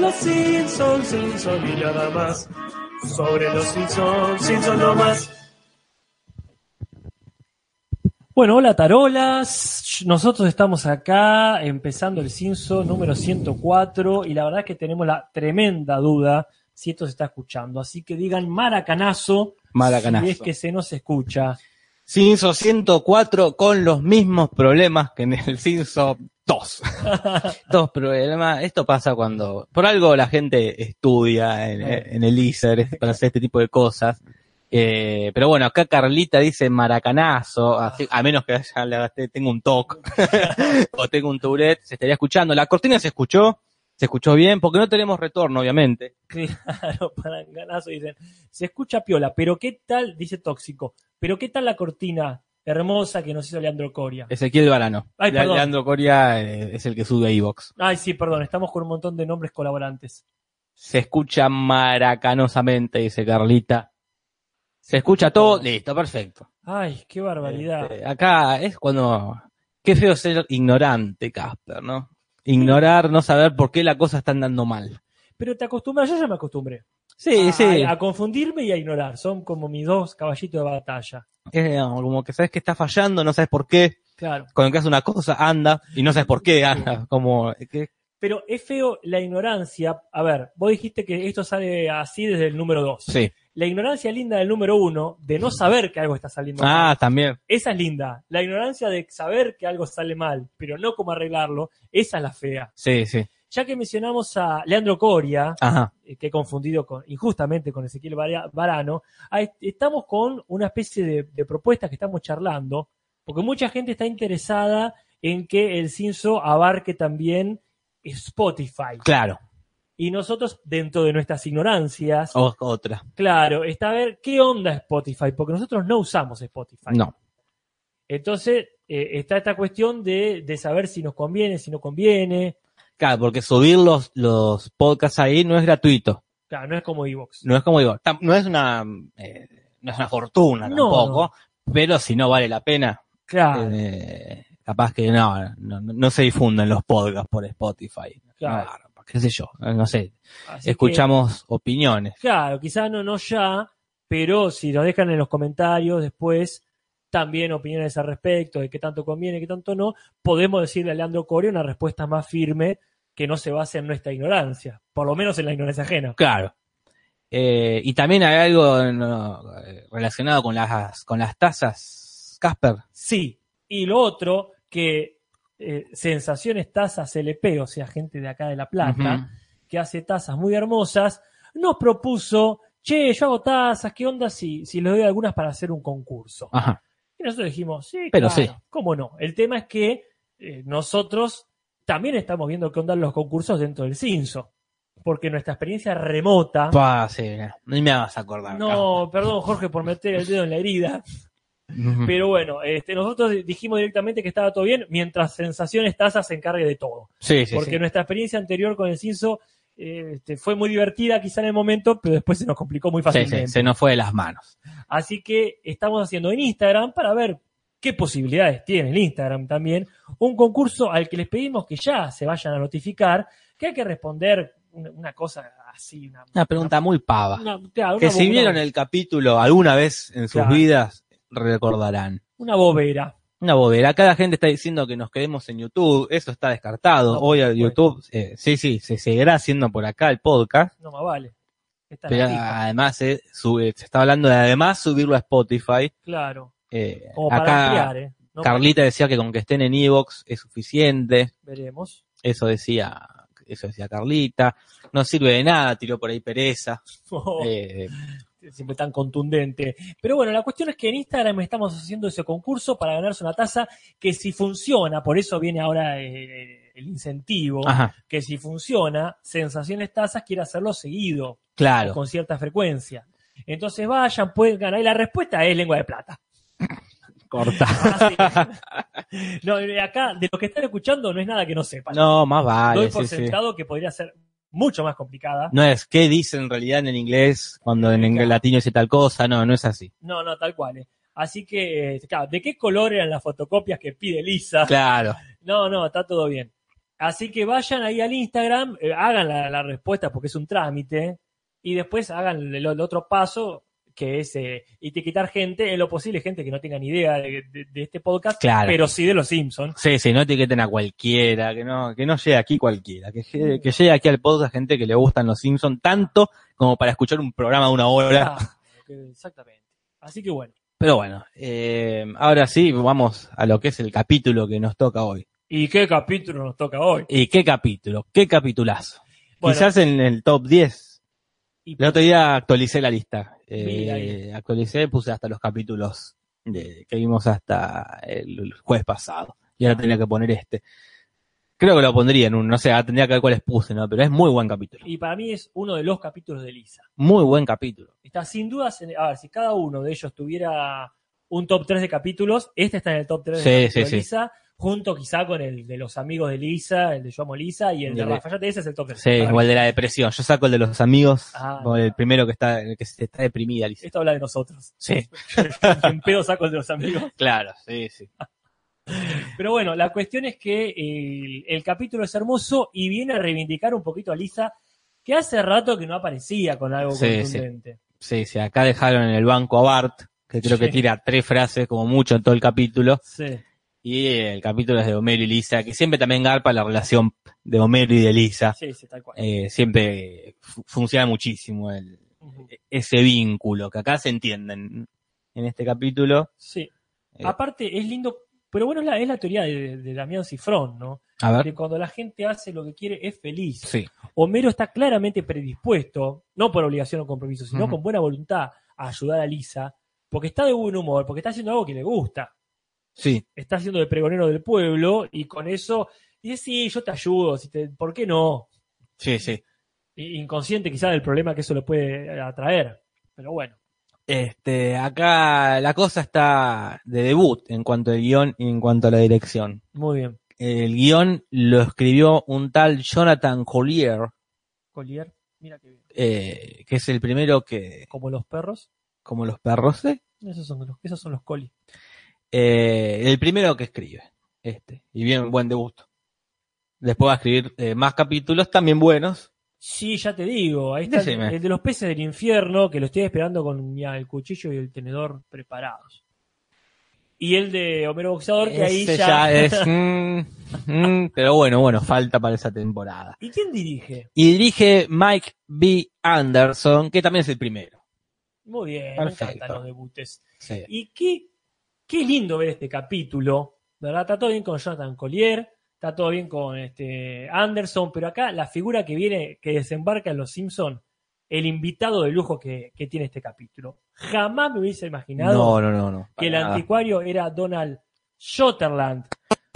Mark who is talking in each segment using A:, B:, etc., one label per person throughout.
A: los Simpsons, Simpsons y nada más. Sobre los Simpsons, Simpsons no más.
B: Bueno, hola Tarolas, nosotros estamos acá empezando el Simpson número 104 y la verdad es que tenemos la tremenda duda si esto se está escuchando, así que digan maracanazo,
C: Maracanazo.
B: si es que se nos escucha.
C: Cinso 104 con los mismos problemas que en el Cinso 2. Dos problemas. Esto pasa cuando, por algo la gente estudia en, en el ISER para hacer este tipo de cosas. Eh, pero bueno, acá Carlita dice maracanazo, así- a menos que haya, le gasté- tenga un TOC o tenga un Tourette, se estaría escuchando. La cortina se escuchó, se escuchó bien, porque no tenemos retorno, obviamente.
B: Claro, maracanazo, dicen, se escucha piola, pero qué tal, dice Tóxico, pero qué tal la cortina hermosa que nos hizo Leandro Coria.
C: Ezequiel Varano.
B: Ay,
C: Le-
B: perdón.
C: Leandro Coria eh, es el que sube a Evox.
B: Ay, sí, perdón, estamos con un montón de nombres colaborantes.
C: Se escucha maracanosamente, dice Carlita. Se escucha todo, listo, perfecto.
B: Ay, qué barbaridad.
C: Este, acá es cuando. Qué feo ser ignorante, Casper, ¿no? Ignorar, no saber por qué la cosa está andando mal.
B: Pero te acostumbras, yo ya me acostumbré.
C: Sí,
B: a,
C: sí.
B: a confundirme y a ignorar. Son como mis dos caballitos de batalla.
C: Es como que sabes que está fallando, no sabes por qué.
B: Claro.
C: Cuando que haces una cosa, anda, y no sabes por qué, anda. Como. que-
B: Pero es feo la ignorancia. A ver, vos dijiste que esto sale así desde el número 2.
C: sí.
B: La ignorancia linda del número 1, de no saber que algo está saliendo mal.
C: Ah, también.
B: Esa es linda. La ignorancia de saber que algo sale mal, pero no cómo arreglarlo, esa es la fea.
C: Sí, sí.
B: Ya que mencionamos a Leandro Coria,
C: Ajá.
B: eh, que he confundido con, injustamente con Ezequiel Vara- Varano, a est- estamos con una especie de, de propuestas que estamos charlando, porque mucha gente está interesada en que el Cinso abarque también Spotify.
C: Claro.
B: Y nosotros, dentro de nuestras ignorancias,
C: O- otra.
B: claro, está a ver qué onda Spotify, porque nosotros no usamos Spotify.
C: No.
B: Entonces, eh, está esta cuestión de, de saber si nos conviene, si no conviene.
C: Claro, porque subir los, los podcasts ahí no es gratuito.
B: Claro, no es como Evox.
C: No es como digo, tam- no es una, eh, no es una fortuna
B: No. Ah.
C: tampoco, pero si no vale la pena,
B: Claro.
C: eh, capaz que no, no, no se difunden los podcasts por Spotify. Ah,
B: Claro.
C: No, qué sé yo, eh, no sé.
B: Así que-
C: Escuchamos opiniones.
B: Claro, quizás no, no ya, pero si nos dejan en los comentarios después también opiniones al respecto de qué tanto conviene, qué tanto no, podemos decirle a Leandro Coria una respuesta más firme que no se base en nuestra ignorancia, por lo menos en la ignorancia ajena.
C: Claro. Eh, y también hay algo no, eh, relacionado con las, con las tazas, Casper.
B: Sí, y lo otro, que eh, Sensaciones Tazas LP, o sea, gente de acá de La Plata, que hace tazas muy hermosas, nos propuso, che, yo hago tazas, ¿qué onda si, si les doy algunas para hacer un concurso?
C: Ujú. Ajá.
B: Y nosotros dijimos, sí,
C: Ah. Pero
B: claro,
C: sí.
B: ¿cómo no? El tema es que eh, nosotros también estamos viendo qué onda los concursos dentro del CINSO, porque nuestra experiencia remota...
C: Pa, sí, ni me vas a acordar.
B: no, perdón Jorge por meter el dedo en la herida,
C: Casper. Ujú.
B: pero bueno, este, nosotros dijimos directamente que estaba todo bien, mientras Sensaciones Taza se encargue de todo,
C: sí, sí,
B: porque
C: sí.
B: nuestra experiencia anterior con el CINSO eh, este, fue muy divertida quizá en el momento, pero después se nos complicó muy
C: Sí, sí,
B: fácilmente.
C: se nos fue de las manos.
B: Así que estamos haciendo en Instagram para ver qué posibilidades tiene el Instagram también. Un concurso al que les pedimos que ya se vayan a notificar, que hay que responder una, una cosa así, una,
C: Una pregunta muy pava.
B: una- claro,
C: Ah, que
B: una
C: si
B: bo-
C: vieron
B: una-
C: el capítulo alguna vez en sus
B: Claro.
C: vidas, recordarán.
B: una bobera.
C: Una bobera. Cada gente está diciendo que nos quedemos en YouTube. Eso está descartado.
B: No,
C: Hoy a
B: por
C: YouTube, eh, sí, sí, se seguirá haciendo por acá el podcast.
B: No más vale. Esta es
C: Pero
B: la fija,
C: además eh, sube- se está hablando de además subirlo a Spotify.
B: claro.
C: Eh,
B: Como para
C: acá
B: ampliar, ¿eh? No,
C: Carlita decía que con que estén en Evox es suficiente.
B: Veremos.
C: Eso decía, eso decía Carlita. No sirve de nada, tiró por ahí pereza.
B: Oh,
C: Eh,
B: siempre tan contundente. Pero bueno, la cuestión es que en Instagram estamos haciendo ese concurso para ganarse una taza que si funciona, por eso viene ahora eh, el incentivo,
C: ajá,
B: que si funciona, Sensaciones Tazas quiere hacerlo seguido,
C: claro.
B: con cierta frecuencia. Entonces vayan, pueden ganar. Y la respuesta es lengua de plata.
C: Corta.
B: Así. no, eh, acá, de lo que están escuchando, no es nada que no sepan.
C: No, más vale.
B: Doy por
C: sí, sí.
B: sentado que podría ser mucho más complicada.
C: No es qué dice en realidad en el inglés cuando en el
B: Claro.
C: latino dice tal cosa. No, no es así.
B: No, no, tal cual. eh. Así que, eh, claro, ¿de qué color eran las fotocopias que pide Lisa?
C: Claro.
B: No, no, está todo bien. Así que vayan ahí al Instagram, eh, hagan la, la respuesta porque es un trámite y después hagan el, el otro paso que es eh, etiquetar gente, en lo posible gente que no tenga ni idea de, de- de este podcast,
C: Claro.
B: pero sí de los Simpsons.
C: Sí, sí, no etiqueten a cualquiera, que no, que no llegue aquí cualquiera, que llegue, que llegue aquí al podcast gente que le gustan los Simpsons tanto como para escuchar un programa de una hora.
B: Ah, que- exactamente. Así que bueno.
C: Pero bueno, eh, ahora sí, vamos a lo que es el capítulo que nos toca hoy.
B: ¿Y qué capítulo nos toca hoy?
C: ¿Y qué capítulo? ¿Qué capitulazo?
B: Bueno,
C: Quizás en el top 10.
B: y-
C: El otro día actualicé la lista.
B: Mira ahí.
C: Eh, actualicé, puse hasta los capítulos de- que vimos hasta el jueves pasado. Y ahora tenía que poner este. Creo que lo pondría en un, no sé, ahora tendría que ver cuáles puse, ¿no? Pero es muy buen capítulo.
B: y para mí es uno de los capítulos de Lisa.
C: Muy buen capítulo.
B: Está sin dudas, en- a ver, si cada uno de ellos tuviera un top 3 de capítulos, este está en el top 3
C: Sí,
B: de, capítulos
C: sí,
B: de
C: sí.
B: Lisa, junto quizá con el de los amigos de Lisa, el de Yo amo Lisa y el de
C: Y el de-
B: Lafayette, ese es el top 3.
C: Sí, o el de la depresión. Yo saco el de los amigos,
B: Ah,
C: o el primero que está, el que se está deprimida, Alicia.
B: Esto habla de nosotros.
C: Sí,
B: En pedo saco el de los amigos.
C: claro, sí, sí.
B: Pero bueno, la cuestión es que el, el capítulo es hermoso y viene a reivindicar un poquito a Lisa, que hace rato que no aparecía con algo
C: Sí,
B: contundente.
C: Sí, sí, acá dejaron en el banco a Bart, que creo que
B: Sí.
C: tira tres frases como mucho en todo el capítulo.
B: Sí.
C: Y el capítulo es de Homero y Lisa, que siempre también garpa la relación de Homero y de Lisa.
B: sí, sí, tal cual.
C: Eh, siempre fu- funciona muchísimo el-
B: Ujú.
C: ese vínculo, que acá se entienden en este capítulo.
B: Sí.
C: Eh,
B: Aparte, es lindo, pero bueno, es la, es la teoría de, de Damián Cifrón, ¿no?
C: A ver.
B: Que cuando la gente hace lo que quiere es feliz.
C: Ah. Sí,
B: Homero está claramente predispuesto, no por obligación o compromiso, sino
C: Ujú.
B: con buena voluntad, a ayudar a Lisa, porque está de buen humor, porque está haciendo algo que le gusta.
C: sí,
B: está haciendo de pregonero del pueblo y con eso dice, sí, yo te ayudo, si te- ¿por qué no?
C: sí, sí.
B: I- Inconsciente quizá del problema que eso le puede eh, atraer, pero bueno.
C: Este, acá la cosa está de debut en cuanto al guión y en cuanto a la dirección.
B: Muy bien,
C: El guión lo escribió un tal Jonathan Collier,
B: Collier, mira que bien.
C: eh, que es el primero que,
B: Como los perros,
C: como los perros, ¿eh?
B: esos son los, esos son los colis.
C: Eh, el primero que escribe, este, y bien, buen debut. Después va a escribir eh, más capítulos también buenos.
B: Sí, ya te digo, ahí está el-
C: Decime.
B: el de los peces del infierno, que lo estoy esperando con ya, el cuchillo y el tenedor preparados. Y el de Homero Boxeador, que ahí
C: Ese
B: ya...
C: es, mm, mm, pero bueno, bueno, falta para esa temporada.
B: ¿Y quién dirige?
C: Y dirige Mike B. Anderson, que también es el primero.
B: Muy bien, me
C: Perfecto.
B: encantan los debutes.
C: Sí.
B: Y qué, qué lindo ver este capítulo, ¿verdad? Está todo bien con Jonathan Collier, está todo bien con este Anderson, pero acá la figura que viene, que desembarca en Los Simpson, el invitado de lujo que, que tiene este capítulo. Jamás me hubiese imaginado
C: No, no, no, no.
B: que el
C: para nada.
B: anticuario era Donald Shutterland.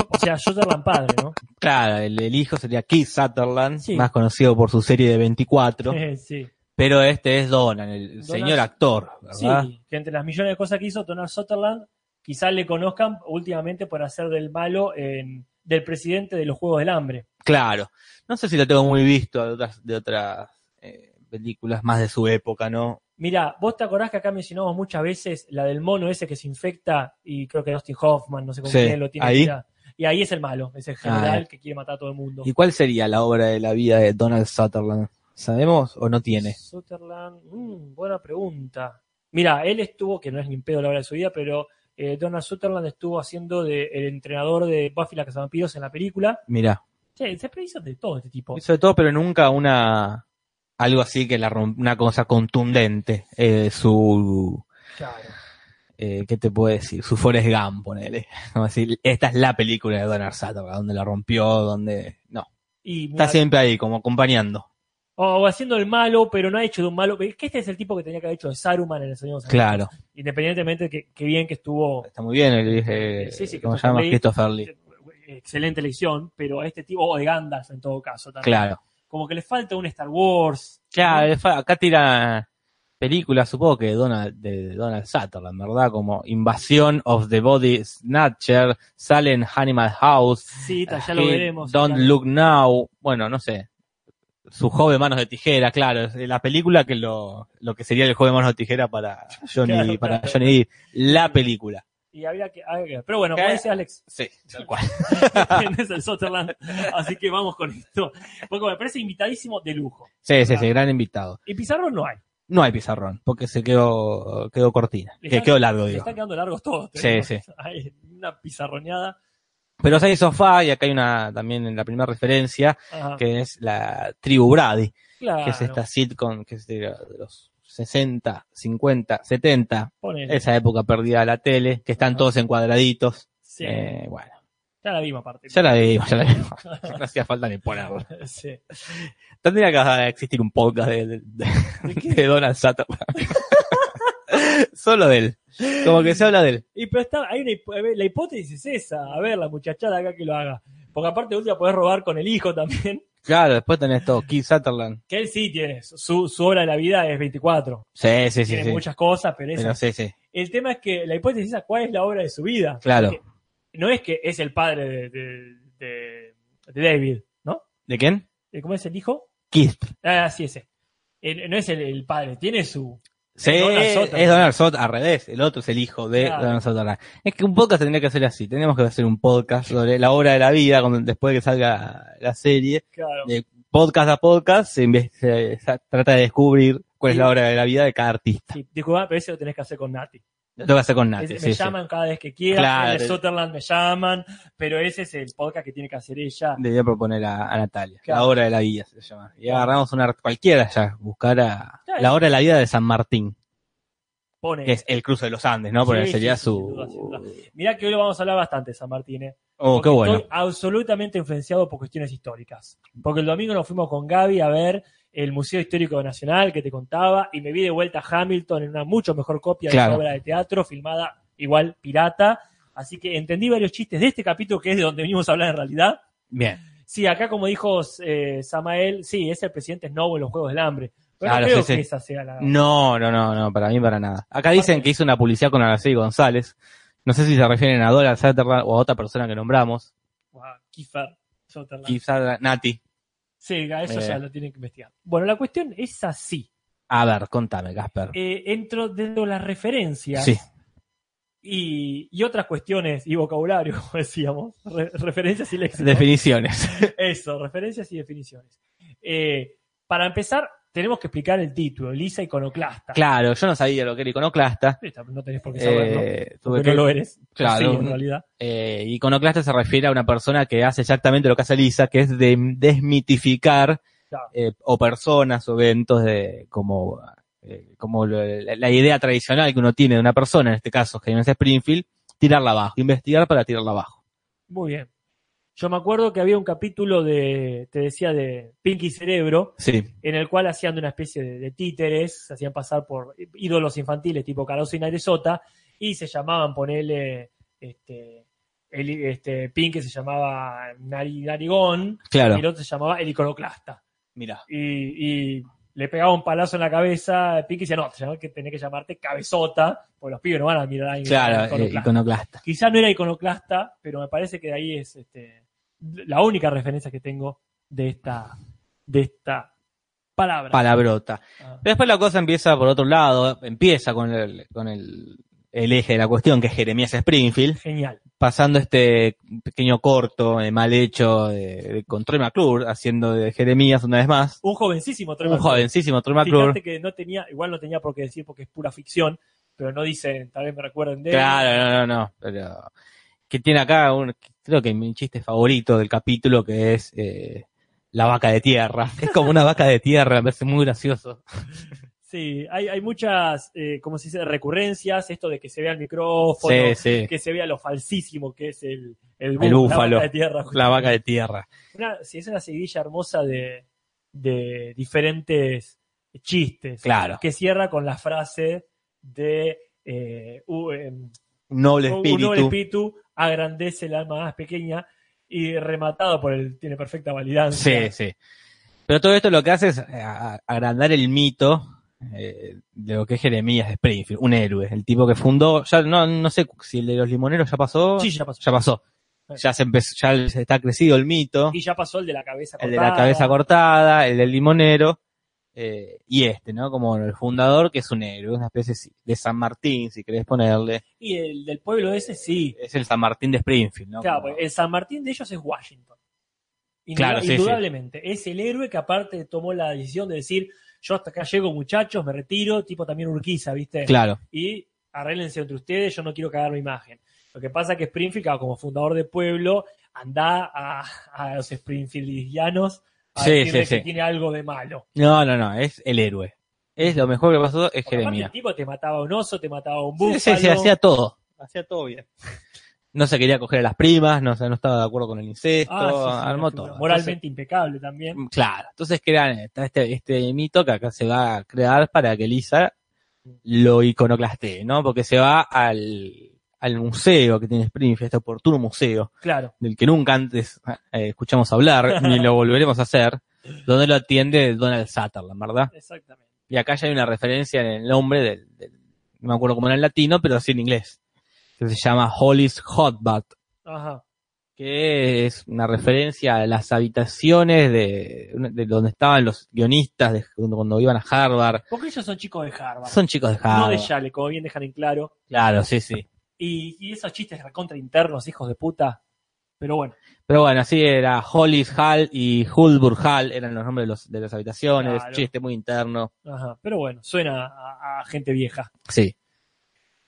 B: O sea, Shutterland padre, ¿no?
C: Claro, el, el hijo sería Keith Sutherland,
B: Sí.
C: más conocido por su serie de 24,
B: sí.
C: pero este es Donald, el
B: Donald-
C: señor actor, ¿verdad?
B: Sí, que entre las millones de cosas que hizo Donald Sutherland, quizás le conozcan últimamente por hacer del malo en- del presidente de los Juegos del Hambre.
C: Claro. No sé si lo tengo muy visto de otras, de otras eh, películas más de su época, ¿no?
B: Mira, vos te acordás que acá mencionamos muchas veces la del mono ese que se infecta y creo que Dustin Hoffman, no sé cómo
C: Sí,
B: quién lo tiene.
C: ahí.
B: mira. Y ahí es el malo, es el general
C: Ah.
B: que quiere matar a todo el mundo.
C: ¿Y cuál sería la obra de la vida de Donald Sutherland? ¿Sabemos o no tiene?
B: Sutherland, mm, buena pregunta. Mira, él estuvo, que no es ni un pedo la hora de su vida, pero eh, Donald Sutherland estuvo haciendo de, el entrenador de Buffy la Cazavampiros en la película.
C: Mira,
B: Che, se precisa de todo este tipo.
C: hizo de todo, pero nunca una algo así que la romp- una cosa contundente. Eh, su
B: Claro.
C: eh, ¿qué te puedo decir? Su Forrest Gump, ponele. Vamos a decir, esta es la película de Donald Sutherland, donde la rompió, donde no,
B: Y mira,
C: está siempre ahí como acompañando.
B: o haciendo el malo, pero no ha hecho de un malo. Es que este es el tipo que tenía que haber hecho de Saruman en el Señor de los Anillos.
C: Claro,
B: independientemente de que, que bien que estuvo
C: está muy bien el eh,
B: Sí, sí,
C: ¿cómo
B: Christopher
C: se llama?
B: Lee.
C: Christopher Lee.
B: excelente elección, pero a este tipo, o de Gandalf en todo caso también.
C: Claro.
B: Como que le falta un Star Wars.
C: Claro, fa- acá tira películas, supongo que de Donald, de Donald Sutherland, ¿verdad? Como Invasión of the Body Snatcher, Silent Animal House,
B: Sí, ta, ya lo
C: Hit,
B: veremos.
C: Don't
B: claro.
C: Look Now, bueno, no sé. Su juego de manos de tijera, claro, es la película que lo, lo que sería el juego de manos de tijera para Johnny,
B: Claro,
C: para
B: claro.
C: Johnny Depp, la película.
B: Y había que, había que ver. Pero bueno, como
C: ¿Qué?
B: dice Alex,
C: Sí, tal cual.
B: es el Sutherland. Así que vamos con esto. Porque me parece invitadísimo de lujo.
C: Sí, sí, sí,
B: Ah.
C: gran invitado.
B: Y Pizarro no hay.
C: No hay pizarrón, porque se quedó, quedó cortina. Que quedó largo,
B: Se
C: digo.
B: están quedando largos todos.
C: Sí,
B: tenemos-
C: sí.
B: Hay una pizarroneada.
C: Pero sí hay sofá, y acá hay una, también en la primera referencia,
B: Ajá,
C: que es la tribu Brady.
B: claro.
C: que es esta sitcom que es de de los 60, 50, 70,
B: Ponele.
C: esa época perdida de la tele, que están
B: Ajá.
C: todos encuadraditos.
B: Ah. Sí,
C: Eh, bueno,
B: ya la vimos aparte.
C: ya la vimos, ya la vimos. No hacía falta ni ponerlo.
B: Sí.
C: Tendría que existir un podcast de, de- de-
B: ¿De qué?
C: de Donald Sutherland. Solo de él. Como que se habla de él.
B: Y pero está, hay una hip- a ver, la hipótesis es esa, a ver la muchachada acá que lo haga. Porque aparte de última podés robar con el hijo también,
C: Claro, después tenés todo. Keith Sutherland.
B: que él sí tiene, su, su obra de la vida es 24.
C: Sí, sí, sí.
B: tiene
C: sí.
B: muchas cosas, pero, esa-
C: Pero sí, sí.
B: el tema es que la hipótesis es esa, ¿cuál es la obra de su vida?
C: Claro.
B: Porque No es que es el padre de, de- de- de David, ¿no?
C: ¿De quién?
B: Eh, ¿Cómo es el hijo?
C: Keith.
B: Ah, sí, ese. El- no es el, el padre, tiene su...
C: Sí,
B: Donald Sutherland.
C: es Donald Sutherland, al revés, el otro es el hijo de
B: Claro.
C: Donald Sutherland. Es que un podcast tendría que ser así, tenemos que hacer un podcast sobre la obra de la vida, cuando, después de que salga la serie,
B: Claro.
C: de podcast a podcast, se, inve- se- se trata de descubrir cuál es la obra de la vida de cada artista.
B: Sí, disculpa, pero ese lo tenés que hacer con Nati.
C: Lo tengo que hacer con Nati,
B: Es-
C: sí,
B: me
C: sí.
B: llaman cada vez que quieran,
C: Claro.
B: el de Sutherland me llaman, pero ese es el podcast que tiene que hacer ella.
C: Debería proponer a, a Natalia,
B: Claro.
C: la obra de la vida se llama. Y agarramos una, cualquiera ya, buscar a
B: Claro.
C: la obra de la vida de San Martín,
B: Pone.
C: que es el cruce de los Andes, ¿no? Porque
B: Sí,
C: sería
B: sí, sí, sin duda, sin duda.
C: su...
B: Mirá que hoy lo vamos a hablar bastante, San Martín. ¿eh?
C: Oh,
B: Porque
C: qué bueno.
B: Estoy absolutamente influenciado por cuestiones históricas. Porque el domingo nos fuimos con Gaby a ver el Museo Histórico Nacional que te contaba y me vi de vuelta a Hamilton en una mucho mejor copia de
C: Claro.
B: esa obra de teatro, filmada igual pirata. Así que entendí varios chistes de este capítulo que es de donde venimos a hablar en realidad.
C: Bien.
B: Sí, acá como dijo eh, Samael, sí, es el presidente Snow en los Juegos del Hambre. Pero
C: Claro,
B: no creo
C: sí, Mm. sí.
B: que esa sea la...
C: No, no, no, no, para mí para nada. Acá dicen que hizo una publicidad con Araceli González. No sé si se refieren a Dora Sutherland o a otra persona que nombramos.
B: Wow, Kiefer Sutherland.
C: Quizá Nati.
B: Sí, a eso
C: Eh.
B: ya lo tienen que investigar. Bueno, la cuestión es así.
C: A ver, contame, Casper.
B: Eh, entro dentro de las referencias
C: Sí,
B: y, y otras cuestiones y vocabulario, como decíamos, re- referencias y léxico.
C: definiciones.
B: Eso, referencias y definiciones. Eh, para empezar, tenemos que explicar el título, Lisa Iconoclasta.
C: claro, yo no sabía lo que era iconoclasta.
B: Esta No tenés por qué saberlo,
C: Eh, tuve
B: porque no
C: que-
B: lo eres.
C: claro.
B: Sí, en realidad.
C: eh, iconoclasta se refiere a una persona que hace exactamente lo que hace Lisa, que es de desmitificar
B: Claro.
C: eh, o personas o eventos de como, eh, como lo- la, la idea tradicional que uno tiene de una persona, en este caso James Springfield, tirarla abajo, investigar para tirarla abajo.
B: Muy bien. Yo me acuerdo que había un capítulo de, te decía, de Pinky Cerebro,
C: Sí,
B: en el cual hacían de una especie de, de títeres, se hacían pasar por ídolos infantiles tipo Caroso y Naresota, y se llamaban, ponele, este, el, este Pink que se llamaba Nari- Narigón,
C: claro.
B: y el otro se llamaba el iconoclasta.
C: Mira.
B: Y, y le pegaba un palazo en la cabeza, Pink decía, no, te llamás- que tenés que llamarte cabezota, porque los pibes no van a mirar a alguien
C: Claro, eh,
B: iconoclasta.
C: iconoclasta.
B: Quizá no era iconoclasta, pero me parece que de ahí es este, la única referencia que tengo de esta, de esta palabra.
C: Palabrota.
B: Ah.
C: Pero después la cosa empieza por otro lado, empieza con el, con el, el eje de la cuestión, que es Jeremías Springfield.
B: Genial.
C: pasando este pequeño corto eh, mal hecho de- de- con Troy McClure, haciendo de Jeremías una vez más.
B: Un jovencísimo Trevor
C: Un jovencísimo Troy
B: McClure.
C: McClure.
B: Fíjate que no tenía, igual no tenía por qué decir porque es pura ficción, pero no dicen, tal vez me recuerden de él.
C: Claro, no, no, no. Pero que tiene acá, un, creo que mi chiste favorito del capítulo, que es eh, la vaca de tierra. Es como una vaca de tierra, me parece muy gracioso.
B: Sí, hay, hay muchas, eh, ¿cómo se dice? Recurrencias, esto de que se vea el micrófono,
C: Sí, sí.
B: que se vea lo falsísimo que es el, el,
C: El
B: la
C: búfalo.
B: vaca de tierra.
C: La vaca de tierra.
B: Una- sí, es una seguidilla hermosa de, de diferentes chistes
C: Claro.
B: que cierra con la frase de eh, u- em,
C: Un noble
B: Un-
C: espíritu.
B: Un noble espíritu agrandece el alma más pequeña y rematado por el tiene perfecta validancia.
C: Sí, sí. Pero todo esto lo que hace es eh, a- agrandar el mito eh, de lo que es Jeremías Springfield, un héroe, el tipo que fundó, ya no, no sé si el de los limoneros ya pasó,
B: Sí, ya pasó.
C: ya pasó, ya se empezó, ya se está crecido el mito,
B: Y ya pasó el de la cabeza
C: el de
B: cortada.
C: la cabeza cortada, el del limonero, eh, y este, ¿no? Como el fundador, que es un héroe, una especie de San Martín, si querés ponerle.
B: Y el del pueblo ese sí.
C: Es el San Martín de Springfield, ¿no?
B: Claro, pues,
C: Como-
B: porque el San Martín de ellos es Washington. Indu-
C: Claro, sí, sí.
B: indudablemente. Es el héroe que aparte tomó la decisión de decir, yo hasta acá llego muchachos, me retiro, tipo también Urquiza, ¿viste?
C: Claro,
B: Y arréglense entre ustedes, yo no quiero cagar mi imagen. Lo que pasa que Springfield, claro, como fundador de pueblo, anda a, a los Springfieldianos a
C: Sí,
B: decirle
C: sí,
B: que
C: sí.
B: tiene algo de malo.
C: no, no, no, es el héroe. Es lo mejor que pasó, es
B: Porque aparte el
C: Jeremia.
B: tipo te mataba un oso, te mataba un búfalo.
C: Sí, sí, sí, hacía todo. Hacía todo bien. No se quería coger a las primas, no, se- no estaba de acuerdo con el incesto,
B: Ah, sí, sí, una
C: armó
B: figura
C: todo.
B: Moralmente impecable también.
C: Entonces, claro, entonces crean está este, este mito que acá se va a crear para que Lisa lo iconoclaste, ¿no? Porque se va al, al museo que tiene Springfield, este oportuno museo.
B: Claro.
C: del que nunca antes eh, escuchamos hablar, ni lo volveremos a hacer, donde lo atiende Donald Sutherland, ¿verdad?
B: Exactamente.
C: Y acá ya hay una referencia en el nombre del, del- no me acuerdo cómo era en latino, pero sí en inglés, que se llama Holly's Hot Bath,
B: Ajá.
C: que es una referencia a las habitaciones de, de donde estaban los guionistas de- cuando iban a Harvard.
B: Porque ellos son chicos de Harvard.
C: Son chicos de
B: No
C: Harvard.
B: de Yale, como bien dejan en claro.
C: Claro, sí, sí.
B: Y, y esos chistes recontra internos, hijos de puta. Pero bueno,
C: Pero bueno, así era Hollis Hall y Hulburg Hall, eran los nombres de, los- de las habitaciones,
B: Claro.
C: chiste muy interno.
B: ajá. Pero bueno, suena a, a gente vieja.
C: Sí.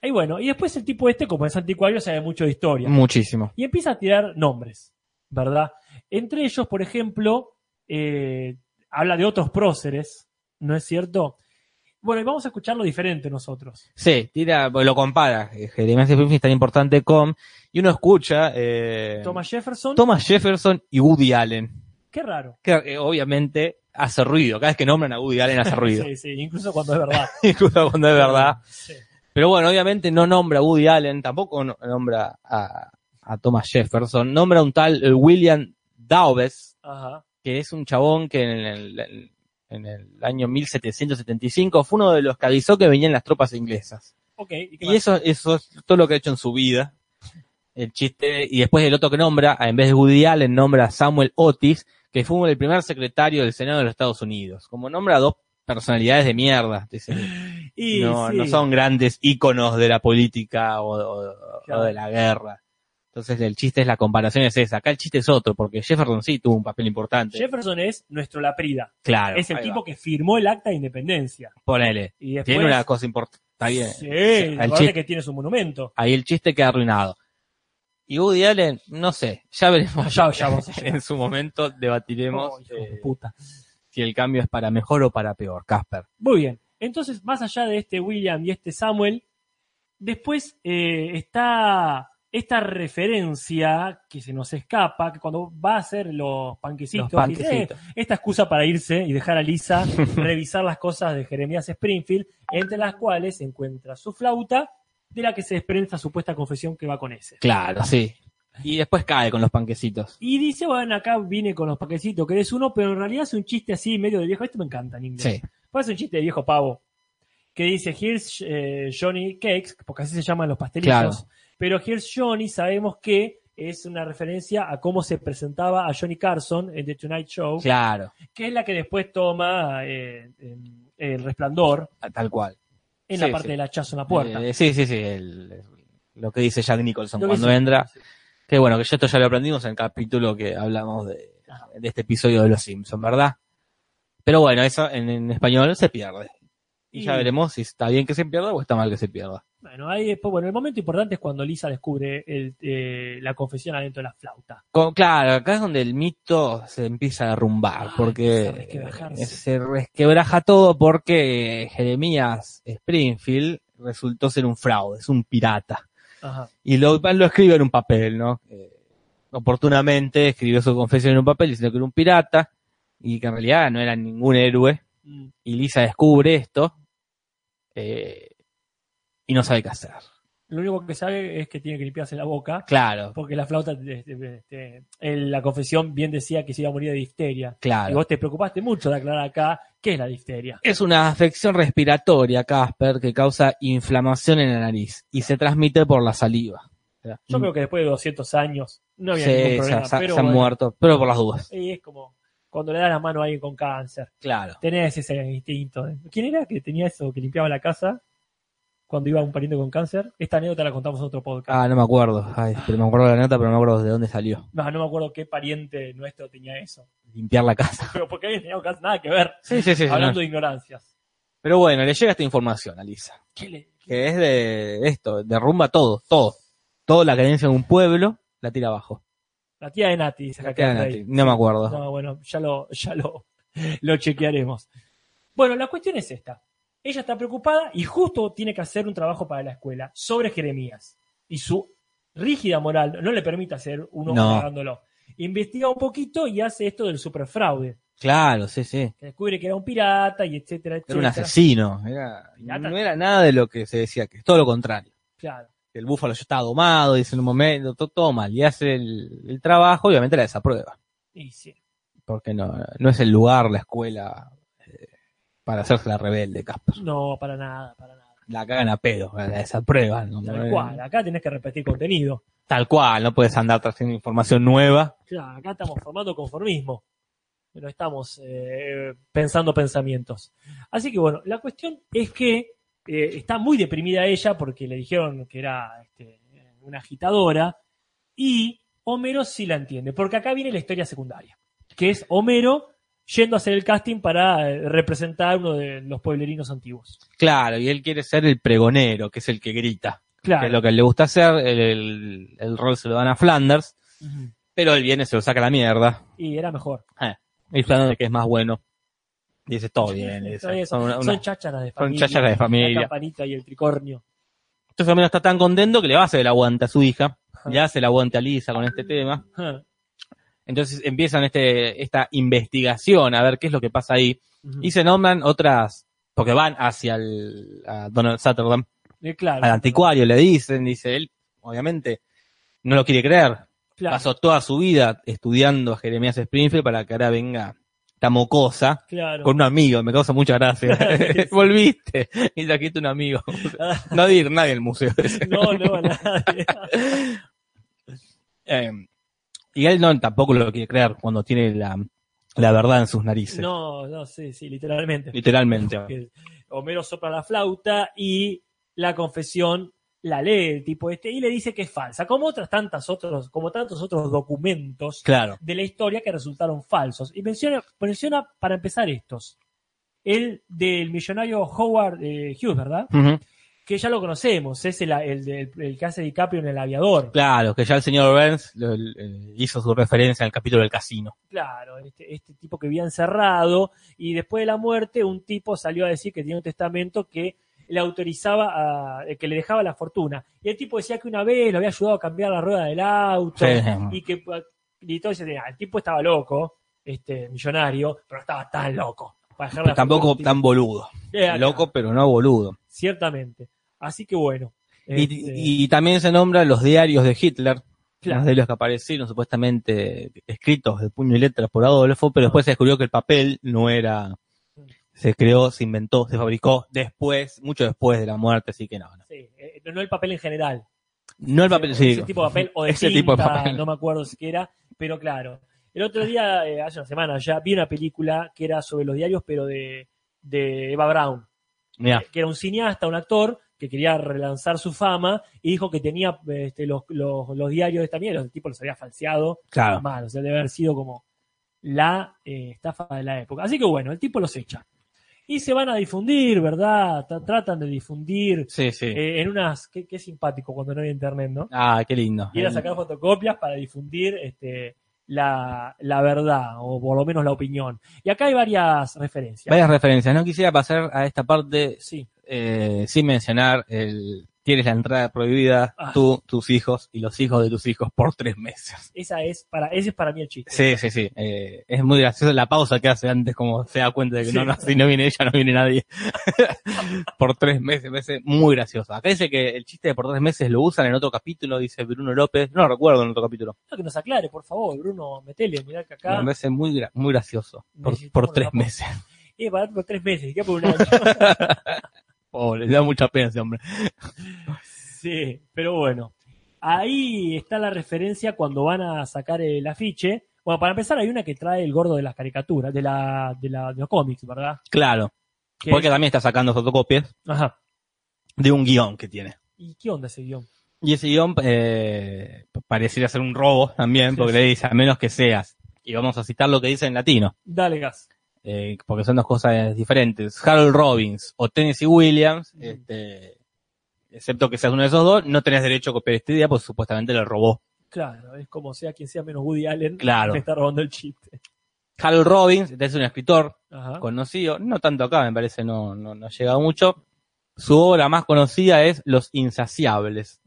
B: Y bueno, y después el tipo este, como es anticuario, sabe mucho de historia.
C: Mm. Muchísimo.
B: Y empieza a tirar nombres, ¿verdad? Entre ellos, por ejemplo, eh, habla de otros próceres, ¿no es cierto? Bueno, y vamos a escucharlo diferente nosotros.
C: Sí, tira, lo compara. eh, Jeremiah Springfield es tan importante con. Y uno escucha. Eh,
B: Thomas Jefferson,
C: Thomas Jefferson y Woody Allen.
B: qué raro.
C: Que eh, obviamente hace ruido. Cada vez que nombran a Woody Allen hace ruido.
B: Sí, sí, incluso cuando es verdad.
C: Incluso cuando es verdad.
B: Sí.
C: Pero bueno, obviamente no nombra a Woody Allen, tampoco no- nombra a, a Thomas Jefferson. Nombra a un tal eh, William Daubes,
B: Ajá.
C: que es un chabón que en el, en el año 1775 fue uno de los que avisó que venían las tropas inglesas.
B: Ok, ¿y qué
C: Y
B: más?
C: eso, eso es todo lo que ha hecho en su vida. El chiste, y después el otro que nombra, en vez de Woody Allen, nombra a Samuel Otis, que fue el primer secretario del Senado de los Estados Unidos. Como nombra a dos personalidades de mierda. dice,
B: Y
C: no,
B: sí.
C: no son grandes íconos de la política o, o- o
B: Claro.
C: de la guerra. Entonces el chiste es la comparación es esa. Acá el chiste es otro, porque Jefferson sí tuvo un papel importante.
B: Jefferson es nuestro Laprida.
C: claro.
B: Es el
C: ahí
B: tipo
C: va.
B: que firmó el acta de independencia.
C: Ponele.
B: Y después,
C: Tiene una cosa importante. Está bien.
B: Sí,
C: El
B: aparte
C: chiste-
B: que tiene su monumento.
C: ahí el chiste queda arruinado. Y Woody Allen, no sé, ya veremos.
B: Ya, ya vamos a llegar.
C: en su momento debatiremos
B: Oh, hijo de
C: eh,
B: puta.
C: si el cambio es para mejor o para peor, Casper.
B: Muy bien. Entonces, más allá de este William y este Samuel, después eh, está esta referencia que se nos escapa, que cuando va a hacer los panquecitos,
C: Los
B: dice,
C: panquecitos.
B: "Eh, esta excusa para irse y dejar a Lisa revisar las cosas de Jeremías Springfield, entre las cuales se encuentra su flauta, de la que se desprende esta supuesta confesión que va con ese.
C: Claro, sí. Y después cae con los panquecitos.
B: Y dice, bueno, acá vine con los paquecitos, querés uno, pero en realidad es un chiste así, medio de viejo. Esto me encanta en inglés.
C: Sí.
B: Pues es un chiste de viejo pavo. Que dice, here's eh, Johnny Cakes, porque así se llaman los pastelitos.
C: Claro.
B: Pero here's Johnny sabemos que es una referencia a cómo se presentaba a Johnny Carson en The Tonight Show,
C: Claro,
B: que es la que después toma eh, en- el resplandor
C: tal cual.
B: en
C: Sí,
B: la parte
C: sí.
B: del hachazo en la puerta.
C: Eh, sí, sí, sí. el- lo que dice Jack Nicholson
B: Lo que
C: cuando
B: sí.
C: entra. Que bueno, que ya esto ya lo aprendimos en el capítulo que hablamos de,
B: Ajá.
C: de este episodio de Los Simpsons, ¿verdad? Pero bueno, eso en, en español se pierde. Y ya
B: Y-
C: veremos si está bien que se pierda o está mal que se pierda.
B: Bueno, ahí después, bueno, el momento importante es cuando Lisa descubre el, eh, la confesión adentro de la flauta.
C: Co- claro, acá es donde el mito se empieza a derrumbar,
B: Ah,
C: porque
B: empieza a resquebrajarse.
C: eh, se resquebraja todo porque Jeremías Springfield resultó ser un fraude, es un pirata.
B: Ajá.
C: Y lo, lo escribe en un papel, ¿no? Eh, oportunamente escribió su confesión en un papel diciendo que era un pirata y que en realidad no era ningún héroe.
B: Mm.
C: Y Lisa descubre esto eh, y no sabe qué hacer.
B: Lo único que sabe es que tiene que limpiarse la boca,
C: Claro,
B: porque la flauta, este, este, el- la confesión bien decía que se iba a morir de difteria. Y
C: claro.
B: vos te preocupaste mucho de aclarar acá qué es la difteria.
C: Es una afección respiratoria, Casper, que causa inflamación en la nariz y se transmite por la saliva.
B: Yo creo que después de 200 años no había
C: Mm. Sí,
B: ningún
C: se,
B: problema,
C: se-
B: pero
C: se han
B: bueno, Eh,
C: muerto, pero por las dudas.
B: y es como cuando le das la mano a alguien con cáncer.
C: Claro.
B: Tenés ese instinto. ¿Quién era que tenía eso, que limpiaba la casa cuando iba un pariente con cáncer? Esta anécdota la contamos en otro podcast.
C: Ah, no me acuerdo. Ay, pero me acuerdo de la nota, pero no me acuerdo de dónde salió.
B: No, no me acuerdo qué pariente nuestro tenía eso.
C: Limpiar la casa.
B: Pero porque alguien tenía un cáncer, nada que ver.
C: Sí, sí, sí.
B: Hablando
C: señor.
B: de ignorancias.
C: Pero bueno, le llega esta información a Lisa.
B: ¿Qué le-
C: que es de esto, derrumba todo, todo. Toda la creencia de un pueblo la tira abajo.
B: La tía de Nati, dice
C: La
B: acá
C: tira
B: el
C: Nati.
B: rey.
C: No me acuerdo.
B: No, bueno, ya lo, ya lo, lo chequearemos. Bueno, la cuestión es esta. Ella está preocupada y justo tiene que hacer un trabajo para la escuela sobre Jeremías. Y su rígida moral no le permite hacer uno
C: No.
B: pagándolo. Investiga un poquito y hace esto del superfraude.
C: Claro, sí, sí.
B: Que descubre que era un pirata y etcétera,
C: Era un
B: etcétera.
C: asesino. Era-
B: Pirata.
C: no era nada de lo que se decía, que es todo lo contrario.
B: Claro.
C: El búfalo ya estaba domado, dice en un momento, todo, todo mal. Y hace el, el trabajo, obviamente la desaprueba.
B: Y sí.
C: Porque no, no es el lugar, la escuela, eh, para hacerse la rebelde, Casper.
B: No, para nada, para nada.
C: La cagan a pedo, la desaprueban. ¿no?
B: Tal cual, acá tenés que repetir contenido.
C: Tal cual, no puedes andar trayendo información nueva.
B: Claro, acá estamos formando conformismo. No estamos eh, pensando pensamientos. Así que bueno, la cuestión es que eh, está muy deprimida ella porque le dijeron que era este, una agitadora y Homero sí la entiende, porque acá viene la historia secundaria, que es Homero yendo a hacer el casting para eh, representar uno de los pueblerinos antiguos.
C: Claro, y él quiere ser el pregonero, que es el que grita. que
B: Claro.
C: es lo que le gusta hacer, el, el- el rol se lo dan a Flanders,
B: Ujú.
C: pero él viene, se lo saca a la mierda,
B: Y era mejor.
C: y Flanders que es más bueno, y dice, todo Oh, bien, le dice,
B: Todo bien,
C: son, una-
B: Son
C: una-
B: chácharas de
C: son
B: familia.
C: chácharas de familia.
B: La campanita y el tricornio.
C: Entonces Homero este está tan contento que le va a hacer el aguante a su hija, le hace el aguante a Lisa con este tema, entonces empiezan este, esta investigación a ver qué es lo que pasa ahí,
B: Ujú.
C: y se nombran otras, porque van hacia el, a Donald Sutherland,
B: Eh, claro.
C: al anticuario, le dicen, dice él, obviamente, no lo quiere creer,
B: Claro,
C: pasó toda su vida estudiando a Jeremías Springfield para que ahora venga esta mocosa
B: claro.
C: con un amigo, me causa mucha gracia. Volviste y trajiste un amigo. No de ir nadie al museo. ese.
B: No, no, nadie.
C: Eh, y él no tampoco lo quiere creer cuando tiene la, la verdad en sus narices.
B: No, no, sí, sí, literalmente.
C: Literalmente.
B: Que Homero sopla la flauta y la confesión la lee el tipo este y le dice que es falsa, como otras tantas otros, como tantos otros documentos
C: Claro.
B: de la historia que resultaron falsos. Y menciona, menciona para empezar estos. El del millonario Howard eh, Hughes, ¿verdad?
C: Ujú.
B: Que ya lo conocemos, es el, el, del- el que hace DiCaprio en el aviador.
C: Claro, que ya el señor Burns lo- eh, hizo su referencia en el capítulo del casino.
B: Claro, este, este tipo que vivía encerrado y después de la muerte un tipo salió a decir que tenía un testamento que le autorizaba, a, eh, que le dejaba la fortuna. Y el tipo decía que una vez lo había ayudado a cambiar la rueda del auto
C: Sí.
B: y que y todo ese- ah, el tipo estaba loco, este millonario, pero no estaba tan loco. Para dejar la
C: Pues Tampoco
B: fortuna.
C: tan boludo.
B: Era
C: Loco,
B: claro,
C: pero no boludo.
B: Ciertamente. Así que bueno.
C: Y,
B: este,
C: y también se nombran los diarios de Hitler,
B: claro,
C: los de los que aparecieron supuestamente escritos de puño y letra por Adolfo, pero después se descubrió que el papel no era, se creó, se inventó, se fabricó después, mucho después de la muerte, así que no. No,
B: sí, eh, no el papel en general.
C: No el papel, sí.
B: ese tipo de papel o de
C: Ese
B: tinta,
C: tipo de papel.
B: no me acuerdo si era, pero claro. El otro día, eh, hace una semana ya, vi una película que era sobre los diarios, pero de, de Eva Brown,
C: Mirá,
B: que era un cineasta, un actor, que quería relanzar su fama y dijo que tenía este, los, los, los diarios también, los tipos los había falseado,
C: claro.
B: mal, o sea, debe haber sido como la eh, estafa de la época. Así que bueno, el tipo los echa. Y se van a difundir, ¿verdad? Tra- Tratan de difundir
C: Sí, sí.
B: eh, en unas... Qué, qué simpático cuando no había internet, ¿no?
C: Ah, qué lindo.
B: y era sacar fotocopias para difundir este, la, la verdad, o por lo menos la opinión. Y acá hay varias referencias.
C: Varias referencias. No quisiera pasar a esta parte
B: Sí,
C: eh, sin mencionar el tienes la entrada prohibida,
B: Ah.
C: tú, tus hijos y los hijos de tus hijos por tres meses.
B: esa es para, ese es para mí el chiste.
C: Sí, sí, sí. Eh, es muy graciosa la pausa que hace antes, como se da cuenta de que
B: Sí.
C: no, no, si no viene ella, no viene nadie. por tres meses, me parece muy graciosa. Acá dice que el chiste de por tres meses lo usan en otro capítulo, dice Bruno López. No recuerdo en otro capítulo.
B: Quiero Que nos aclare, por favor, Bruno, metele, mirá que acá
C: Me parece muy, gra- muy gracioso. Por,
B: Necesitamos
C: por
B: la
C: tres
B: pausa.
C: meses.
B: es barato por tres meses, ya por un año.
C: Pobre, le da mucha pena ese hombre.
B: sí, pero bueno. Ahí está la referencia cuando van a sacar el afiche Bueno, para empezar, hay una que trae el gordo de las caricaturas, de, la, de, la, de los cómics, ¿verdad?
C: Claro.
B: Que-
C: Porque también está sacando fotocopias
B: Ajá.
C: de un guión que tiene.
B: ¿Y qué onda ese guión?
C: Y ese guión eh, pareciera ser un robo también,
B: Sí,
C: porque le dice, a menos que seas. Y vamos a citar lo que dice en latino,
B: Dale gas.
C: eh, porque son dos cosas diferentes. Harold Robbins o Tennessee Williams,
B: Ujú.
C: este, excepto que seas uno de esos dos, no tenés derecho a copiar este día, porque supuestamente lo robó.
B: Claro, es como sea quien sea menos Woody Allen.
C: Claro.
B: Me está robando el chiste.
C: Harold Robbins, este es un escritor
B: Ajá.
C: conocido, no tanto acá, me parece, no, no, no llega mucho. Su obra más conocida es Los Insaciables.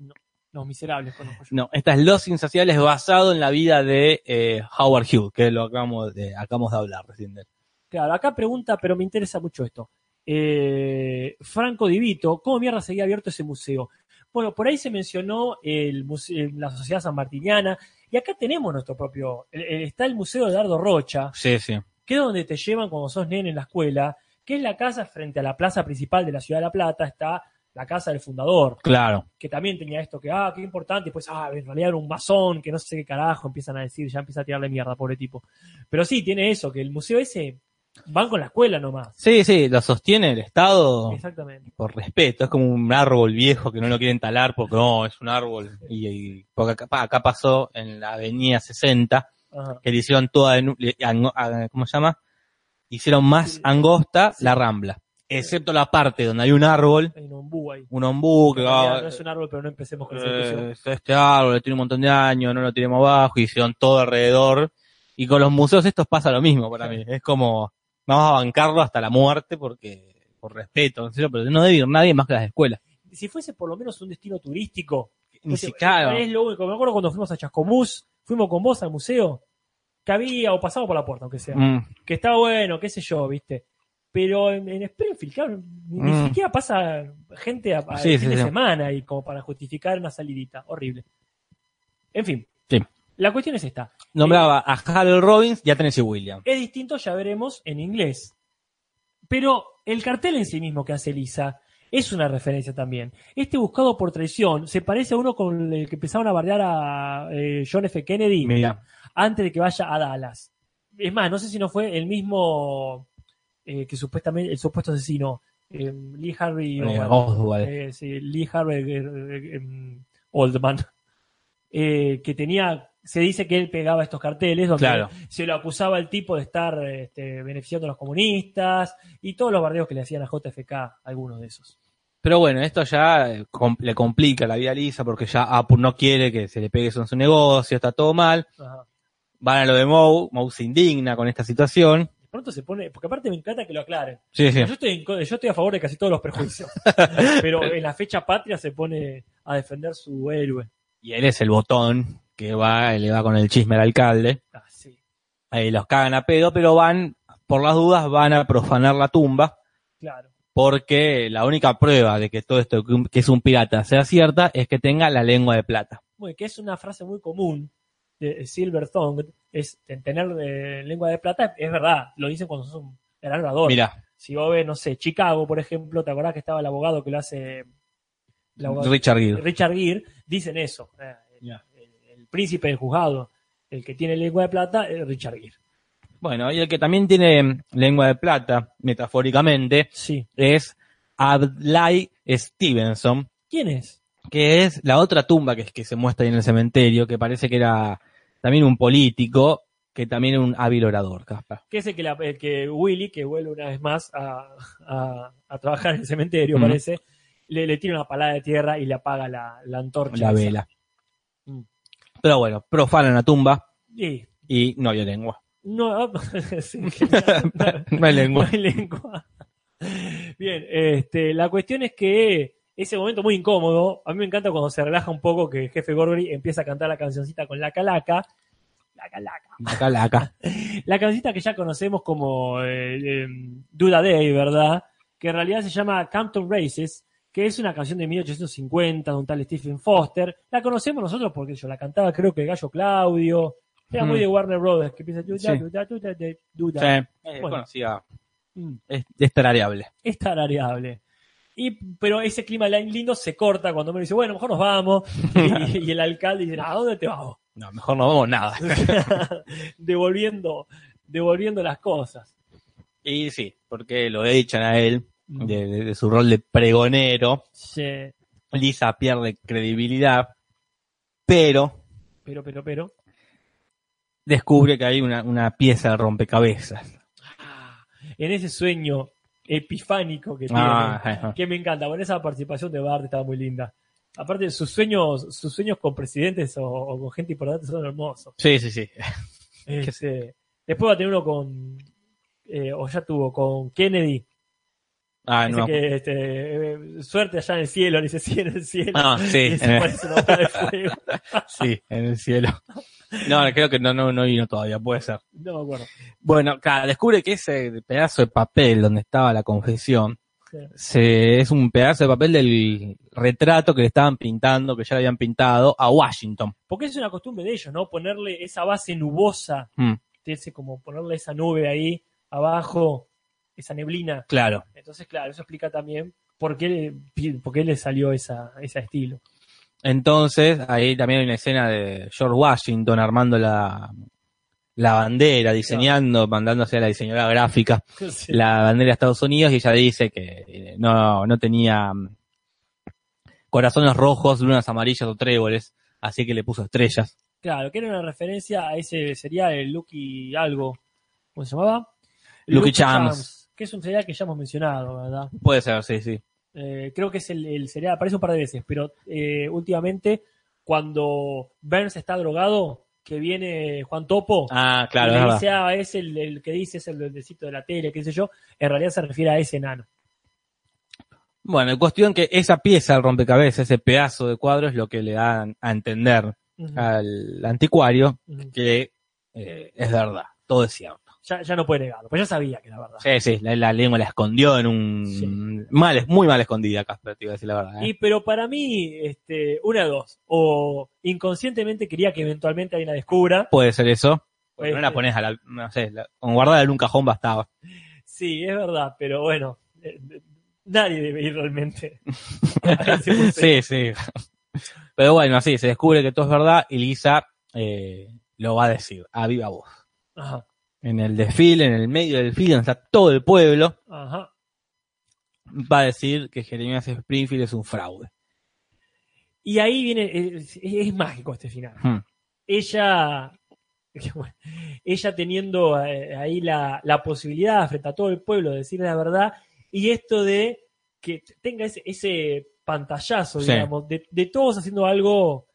B: Los miserables conozco yo.
C: No, esta es Los Insaciables basado en la vida de eh, Howard Hughes, que lo acabamos de, acabamos de hablar recién de él.
B: Claro, acá pregunta, pero me interesa mucho esto. Eh, Franco Divito, ¿cómo mierda seguía abierto ese museo? Bueno, por ahí se mencionó el muse- la Sociedad San Martiniana, y acá tenemos nuestro propio. el- el- está el Museo de Dardo Rocha,
C: Sí, sí.
B: que es donde te llevan cuando sos nene en la escuela, que es la casa frente a la plaza principal de la ciudad de La Plata, está la casa del fundador,
C: Claro.
B: que también tenía esto que, ah, qué importante, y pues, ah, en realidad era un masón, que no sé qué carajo, empiezan a decir, ya empieza a tirarle mierda, pobre tipo. Pero sí, tiene eso, que el museo ese van con la escuela nomás.
C: Sí, sí, lo sostiene el Estado
B: Exactamente.
C: por respeto. Es como un árbol viejo que no lo quieren talar porque no, es un árbol. Y, y- porque acá, acá pasó en la Avenida 60,
B: Ajá.
C: que le hicieron toda, de nu- le- ango- a- ¿cómo se llama? Hicieron más angosta la rambla, excepto la parte donde hay un árbol,
B: Hay un ombú ahí.
C: un ombú que
B: En
C: va-
B: realidad No es un árbol, pero no empecemos con esa discusión.
C: eh, este árbol tiene un montón de años, no lo tiremos abajo, hicieron todo alrededor. Y con los museos estos pasa lo mismo para mí. Es como, vamos a bancarlo hasta la muerte porque, por respeto, en serio, pero no debe ir nadie más que las escuelas.
B: Si fuese por lo menos un destino turístico,
C: Ni
B: Ese-
C: siquiera.
B: Es lo único. Me acuerdo cuando fuimos a Chascomús, fuimos con vos al museo, que había, o pasamos por la puerta, aunque sea.
C: Mm,
B: Que está bueno, qué sé yo, viste. Pero en, en Springfield, claro, ni, ni
C: Mm.
B: siquiera pasa gente a, a
C: Sí,
B: el
C: sí,
B: fin de
C: sí.
B: semana y como para justificar una salidita. Horrible. En fin.
C: Sí.
B: La cuestión es esta.
C: Nombraba a Harold Robbins y a Tennessee Williams.
B: Es distinto, ya veremos, en inglés. Pero el cartel en sí mismo que hace Lisa es una referencia también. Este buscado por traición se parece a uno con el que empezaron a bardear a eh, John F. Kennedy
C: Mira.
B: antes de que vaya a Dallas. Es más, no sé si no fue el mismo eh, que supuestamente, el supuesto asesino, eh, Lee Harvey
C: eh,
B: Oswald.
C: Oswald.
B: Eh, sí, Lee Harvey eh, eh, em, Oldman, eh, que tenía, se dice que él pegaba estos carteles donde
C: Claro.
B: se lo acusaba el tipo de estar este, beneficiando a los comunistas y todos los bardeos que le hacían a JFK, algunos de esos.
C: Pero bueno, esto ya eh, com- le complica la vida a Lisa porque ya Apple no quiere que se le pegue eso en su negocio, está todo mal.
B: Ajá.
C: Van a lo de Moe, Moe se indigna con esta situación.
B: De pronto se pone, porque aparte me encanta que lo aclaren.
C: Sí, sí.
B: Yo estoy, en co- yo estoy a favor de casi todos los prejuicios, pero en la fecha patria se pone a defender su héroe.
C: Y él es el botón que va, le va con el chisme al alcalde.
B: Ah, sí,
C: Ahí los cagan a pedo, pero van, por las dudas, van a profanar la tumba.
B: claro.
C: Porque la única prueba de que todo esto que un- que es un pirata sea cierta es que tenga la lengua de plata.
B: Bueno, que es una frase muy común de Silver Tongue, es en tener eh, lengua de plata, es verdad, lo dicen cuando sos un gran orador.
C: Mira,
B: Si vos ves, no sé, Chicago, por ejemplo, ¿te acordás que estaba el abogado que lo hace el abogado-
C: Richard Gere.
B: Richard Gere? Dicen eso. eh,
C: Ya.
B: el, el príncipe del juzgado, el que tiene lengua de plata, es Richard Gere.
C: Bueno, y el que también tiene lengua de plata, metafóricamente,
B: Sí.
C: es Adlai Stevenson,
B: ¿Quién es?
C: que es la otra tumba que, es- que se muestra ahí en el cementerio, que parece que era también un político, que también era un hábil orador, Caspa.
B: Que es el que, la- el que Willy, que vuelve una vez más a, a- a trabajar en el cementerio,
C: Mm.
B: parece, le, le tira una palada de tierra y le apaga la, la antorcha.
C: la
B: esa.
C: vela.
B: Mm.
C: Pero bueno, profanan la tumba
B: Sí.
C: y no había lengua.
B: No, sí, genial.
C: No hay lengua.
B: No hay lengua. Bien, este, la cuestión es que ese momento muy incómodo, a mí me encanta cuando se relaja un poco que el jefe Gorgory empieza a cantar la cancioncita con la calaca. La calaca.
C: Acá, la- acá.
B: La cancioncita que ya conocemos como eh, eh, Duda Day, ¿verdad? Que en realidad se llama Campton Races, que es una canción de 1850 de un tal Stephen Foster. La conocemos nosotros porque yo la cantaba, creo que el gallo Claudio. Era muy
C: Mm.
B: de Warner Brothers, que empieza Duda,
C: Sí.
B: Duda, Duda, de- Duda.
C: Sí, es
B: Bueno.
C: conocida.
B: Mm.
C: Es, es tarareable.
B: es tarareable. Y, pero ese clima li- lindo se corta cuando me dice, bueno, mejor nos vamos. Y, y el alcalde dice, ¿a dónde te vamos?
C: No, mejor no vemos nada.
B: devolviendo, devolviendo las cosas.
C: Y sí, porque lo echan a él de, de- de su rol de pregonero.
B: Sí,
C: Lisa pierde credibilidad, pero
B: pero, pero, pero.
C: descubre que hay una, una pieza de rompecabezas.
B: Ah, En ese sueño epifánico que tiene,
C: Ah, ajá.
B: que me encanta. Bueno, esa participación de Bart estaba muy linda. Aparte, sus sueños, sus sueños con presidentes o, o con gente importante son hermosos.
C: sí, sí, sí.
B: Este, después va a tener uno con, eh, o ya tuvo, con Kennedy.
C: Ah,
B: Dice
C: no.
B: que, este, eh, suerte allá en el cielo, le dice sí en el cielo.
C: Ah,
B: Y
C: sí, en
B: se
C: el,
B: parece una bola de fuego.
C: sí, en el cielo. No, creo que no, no, no vino todavía, puede ser.
B: No me acuerdo.
C: Bueno, claro, descubre que ese pedazo de papel donde estaba la confesión
B: Sí.
C: se, es un pedazo de papel del retrato que le estaban pintando, que ya le habían pintado, a Washington.
B: Porque es una costumbre de ellos, ¿no? Ponerle esa base nubosa,
C: Mm,
B: ese como ponerle esa nube ahí abajo, esa neblina.
C: claro.
B: Entonces, claro, eso explica también por qué, por qué le salió esa, ese estilo.
C: Entonces, ahí también hay una escena de George Washington armando la, la bandera, diseñando, mandando hacia la diseñadora gráfica
B: Sí.
C: la bandera de Estados Unidos y ella dice que eh, no, no tenía mm, corazones rojos, lunas amarillas o tréboles, así que le puso estrellas.
B: Claro, que era una referencia a ese sería el Lucky algo. ¿Cómo se llamaba?
C: Lucky Charms.
B: Que es un cereal que ya hemos mencionado, ¿verdad?
C: Puede ser, sí, sí.
B: Eh, creo que es el, el cereal, aparece un par de veces, pero eh, últimamente cuando Burns está drogado, que viene Juan Topo,
C: Ah, claro,
B: y
C: es
B: le
C: verdad.
B: dice, "Ah, es el, el que dice, es el duendecito de la tele, qué sé yo, en realidad se refiere a ese enano.
C: Bueno, cuestión que esa pieza del rompecabezas, ese pedazo de cuadro es lo que le dan a entender
B: Ujú,
C: al anticuario
B: ujú.
C: Ah, que eh, es verdad, todo es cierto.
B: Ya, ya no puede negarlo, pues ya sabía que era verdad.
C: Sí, sí, la, la lengua la escondió en un... Mal, muy mal escondida, Casper, te iba a decir la verdad. ¿eh?
B: Y pero para mí, este, una de dos, o inconscientemente quería que eventualmente alguien la descubra.
C: Puede ser eso.
B: Puede
C: no la
B: ser.
C: pones a la... No sé, la- con guardarla en un cajón bastaba.
B: Sí, es verdad, pero bueno, eh, nadie debe ir realmente. a ese museo.
C: Sí, sí. Pero bueno, así, se descubre que todo es verdad y Lisa eh, lo va a decir a viva voz.
B: Ajá,
C: En el desfile, en el medio del desfile, donde está todo el pueblo,
B: ajá.
C: va a decir que Jeremías Springfield es un fraude.
B: Y ahí viene, es, es- es mágico este final.
C: Hmm.
B: Ella, ella teniendo eh, ahí la, la posibilidad frente a todo el pueblo de decir la verdad, y esto de que tenga ese, ese pantallazo,
C: Sí.
B: digamos, de, de todos haciendo algo,